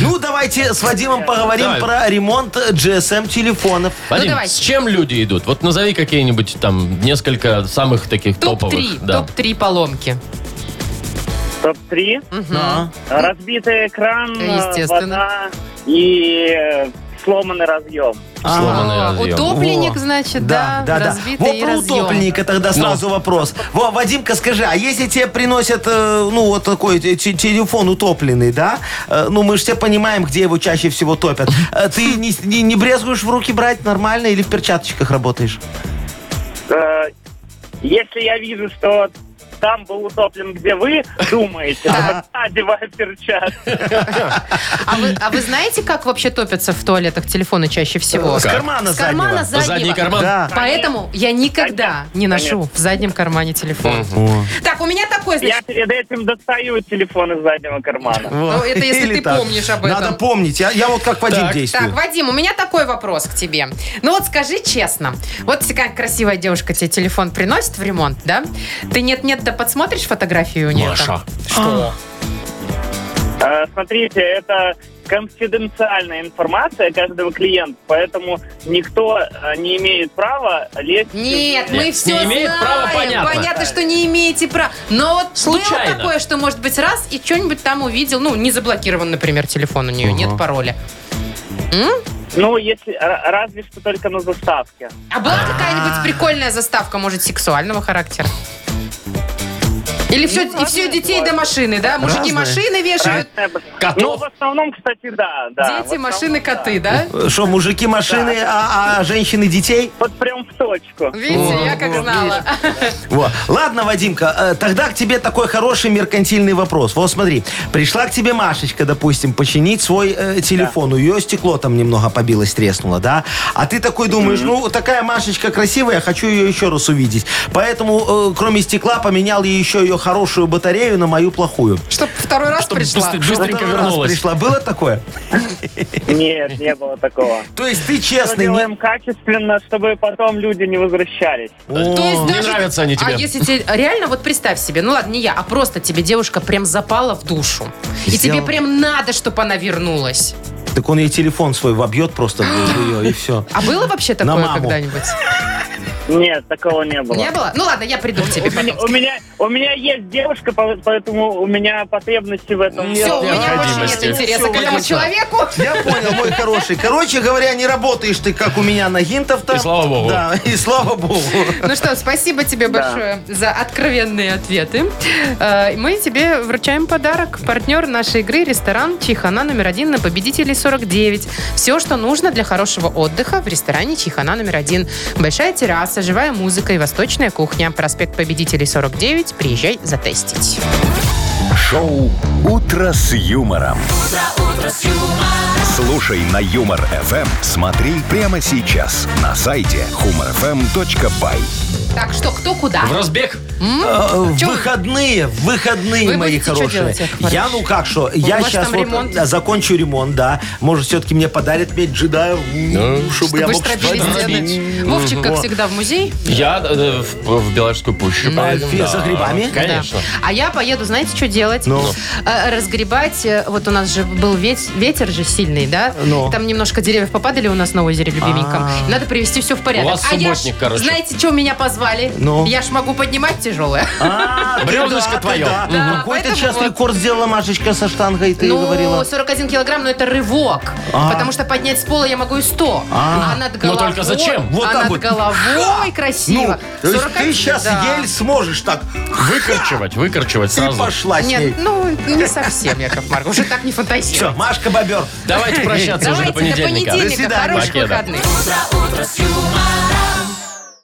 Speaker 4: Ну, давайте с Вадимом поговорим
Speaker 2: Давай.
Speaker 4: про ремонт GSM-телефонов.
Speaker 2: Вадим,
Speaker 3: давайте.
Speaker 2: с чем люди идут? Вот назови какие-нибудь там несколько самых таких топовых.
Speaker 3: Топ-3,
Speaker 2: да.
Speaker 3: топ-3 поломки.
Speaker 7: Топ-3.
Speaker 4: Да.
Speaker 10: А,
Speaker 7: Разбитый экран, э,
Speaker 3: Естественно.
Speaker 7: вода и э, сломанный разъем.
Speaker 4: А,
Speaker 2: Сломанный
Speaker 3: А,
Speaker 2: Ну, разъем.
Speaker 3: Утопленник,
Speaker 4: Во.
Speaker 3: значит,
Speaker 4: Да,
Speaker 3: да,
Speaker 4: да, да. Вот
Speaker 3: разбитый и
Speaker 4: про
Speaker 3: разъем.
Speaker 4: утопленника тогда сразу вопрос. Во, Вадимка, скажи, а если тебе приносят, э, ну, вот такой те- те- телефон утопленный, да? Э, Ну, мы же все понимаем, где его чаще всего топят. Э, Ты не, не- не брезгуешь в руки брать нормально или в перчаточках работаешь?
Speaker 7: Э, Если я вижу, что
Speaker 10: там был утоплен, где вы думаете, а тогда одевай перчатки.
Speaker 3: А вы, а вы знаете, как вообще топятся в туалетах телефоны чаще всего?
Speaker 4: С кармана
Speaker 3: С кармана
Speaker 4: заднего.
Speaker 3: заднего.
Speaker 2: Э, Задний карман?
Speaker 4: Да.
Speaker 3: Поэтому я никогда не ношу в заднем кармане телефон. Так, у меня такой,
Speaker 10: Я
Speaker 3: значит,
Speaker 10: перед этим достаю телефон из заднего кармана.
Speaker 3: Ну, это если
Speaker 4: Или
Speaker 3: ты помнишь об
Speaker 4: Надо
Speaker 3: этом.
Speaker 4: помнить. Я, я вот как Вадим
Speaker 2: Так,
Speaker 4: действую.
Speaker 3: Так, Вадим, у меня такой вопрос к тебе. Ну вот скажи честно, вот такая красивая девушка тебе телефон приносит в ремонт, да? Ты нет-нет, да подсмотришь фотографию у нее там?
Speaker 2: Маша.
Speaker 10: Э, Смотрите, это конфиденциальная информация каждого клиента, поэтому никто э, не имеет права лезть.
Speaker 3: Нет, мы
Speaker 2: Нет,
Speaker 3: все
Speaker 2: не имеет
Speaker 3: знаем.
Speaker 2: права, понятно.
Speaker 3: что не имеете права. Но вот
Speaker 2: Случайно.
Speaker 3: было такое, что, может быть, раз и что-нибудь там увидел. Ну, не заблокирован, например, телефон у нее, нет пароля.
Speaker 10: Ну, если р- разве что только на заставке.
Speaker 3: А была какая-нибудь прикольная заставка, может, сексуального характера? Или все, и все детей до машины, да? Мужики
Speaker 4: Разные.
Speaker 3: машины вешают,
Speaker 10: Разное б-
Speaker 2: Котов?
Speaker 10: Ну, в основном, кстати, да. да в
Speaker 3: дети,
Speaker 10: основном,
Speaker 3: машины,
Speaker 10: да.
Speaker 3: коты, да?
Speaker 4: Что, мужики машины, а, а женщины детей?
Speaker 10: Вот прям в точку.
Speaker 3: Видите, я как знала.
Speaker 4: Во. Ладно, Вадимка, э, тогда к тебе такой хороший меркантильный вопрос. Вот смотри, пришла к тебе Машечка, допустим, починить свой э, телефон. У ее стекло там немного побилось, треснуло, да? А ты такой думаешь, ну, такая Машечка красивая, хочу ее еще раз увидеть. Поэтому, э, кроме стекла, поменял ей еще ее хорошую батарею на мою плохую.
Speaker 3: Чтоб второй раз
Speaker 2: Чтоб
Speaker 3: пришла.
Speaker 2: быстро- быстренько
Speaker 4: Второй раз
Speaker 2: вернулась.
Speaker 4: пришла. Было такое?
Speaker 10: Нет, не было такого.
Speaker 4: То есть ты
Speaker 10: Мы
Speaker 4: честный, не...
Speaker 10: делаем качественно, чтобы потом люди не возвращались.
Speaker 3: То есть
Speaker 2: Не
Speaker 3: даже-
Speaker 2: нравятся они тебе.
Speaker 3: А если тебе реально, вот представь себе, ну ладно, не я, а просто тебе девушка прям запала в душу. И
Speaker 4: Сделала.
Speaker 3: тебе прям надо, чтобы она вернулась.
Speaker 4: Так он ей телефон свой вобьет просто в ее, и все.
Speaker 3: А было вообще
Speaker 4: На
Speaker 3: такое
Speaker 4: маму.
Speaker 3: когда-нибудь?
Speaker 10: Нет, такого не было.
Speaker 3: Не было? Ну ладно, я приду к тебе
Speaker 10: У меня,
Speaker 3: потом.
Speaker 10: у меня, у меня есть девушка, по- поэтому у меня потребности в этом нет.
Speaker 3: Все, у меня больше нет
Speaker 2: необходимости.
Speaker 3: интереса
Speaker 4: Всё,
Speaker 3: к этому
Speaker 4: логично.
Speaker 3: человеку.
Speaker 4: Я понял, мой хороший. Короче говоря, не работаешь ты, как у меня, на гинтов-то.
Speaker 2: И слава богу.
Speaker 4: Да, и слава богу.
Speaker 3: Ну что, спасибо тебе большое за откровенные ответы. Э, Мы тебе вручаем подарок. Партнер нашей игры – ресторан «Чихана» номер один на победителей 49. Все, что нужно для хорошего отдыха в ресторане «Чихана» номер один. Большая терраса, живая музыка и восточная кухня. Проспект победителей 49. Приезжай затестить.
Speaker 1: Шоу «Утро с юмором». Слушай на Юмор ФМ, смотри прямо сейчас на сайте эм humorfm.by.
Speaker 3: Так, что, кто куда?
Speaker 2: В Розбег.
Speaker 4: Э, В
Speaker 3: Чё?
Speaker 4: выходные, в выходные,
Speaker 3: Вы
Speaker 4: мои
Speaker 3: будете чё
Speaker 4: хорошие.
Speaker 3: делать, Яков
Speaker 4: Я, ну как что, я
Speaker 3: вас
Speaker 4: сейчас
Speaker 3: там ремонт?
Speaker 4: закончу ремонт, да. Может, все-таки мне подарят медь джедая, м, чтобы я
Speaker 3: Чтобы
Speaker 4: мог
Speaker 3: штробили
Speaker 4: что-то
Speaker 3: стены.
Speaker 4: разбить.
Speaker 3: Вовчик, как
Speaker 4: Во.
Speaker 3: всегда, в музей.
Speaker 2: Я э, в, в Белорусскую пущу.
Speaker 4: А,
Speaker 2: поеду,
Speaker 4: фе-
Speaker 2: да.
Speaker 4: За грибами?
Speaker 3: Да.
Speaker 2: Конечно.
Speaker 3: А я поеду, знаете, что делать?
Speaker 4: Ну?
Speaker 3: Э, Разгребать. э, Вот у нас же был ведь- ветер же сильный, да?
Speaker 4: Ну.
Speaker 3: Там немножко деревьев попадали у нас на озере любименьком.
Speaker 4: А.
Speaker 3: Надо привести все в порядок.
Speaker 2: У вас
Speaker 3: а я ж-
Speaker 2: субботник, короче.
Speaker 3: знаете, что меня позвали?
Speaker 4: Ну?
Speaker 3: Я ж могу поднимать тяжелое.
Speaker 4: А, ты
Speaker 2: Бревнышко
Speaker 4: да, ты
Speaker 2: твое.
Speaker 4: да.
Speaker 3: Да,
Speaker 4: Ну, Какой ты
Speaker 3: поэтому
Speaker 4: сейчас
Speaker 3: вот.
Speaker 4: рекорд сделала, Машечка, со штангой, ты
Speaker 3: ну,
Speaker 4: говорила.
Speaker 3: 41 килограмм, но это рывок.
Speaker 4: А.
Speaker 3: Потому что поднять с пола я могу и 100.
Speaker 4: А.
Speaker 3: А над
Speaker 2: Но
Speaker 3: головой...
Speaker 2: только зачем?
Speaker 4: Вот
Speaker 3: а
Speaker 4: так
Speaker 3: над
Speaker 4: вот.
Speaker 3: головой
Speaker 4: Ну,
Speaker 3: красиво.
Speaker 4: то есть
Speaker 3: 41,
Speaker 4: ты сейчас
Speaker 3: да.
Speaker 4: ель сможешь так.
Speaker 2: Выкорчевать, выкорчевать
Speaker 4: Ты
Speaker 2: сразу.
Speaker 4: пошла с ней.
Speaker 3: Нет, ну, не совсем, Яков Маркович. Уже так не
Speaker 4: Все,
Speaker 3: фантазируй.
Speaker 4: Машка Бобер.
Speaker 2: Давайте прощаться уже
Speaker 3: Давайте
Speaker 2: до понедельника.
Speaker 3: до
Speaker 4: До свидания.
Speaker 3: понедельника. Хороших
Speaker 2: Покеда.
Speaker 3: выходных.
Speaker 11: утро, утро с юмором.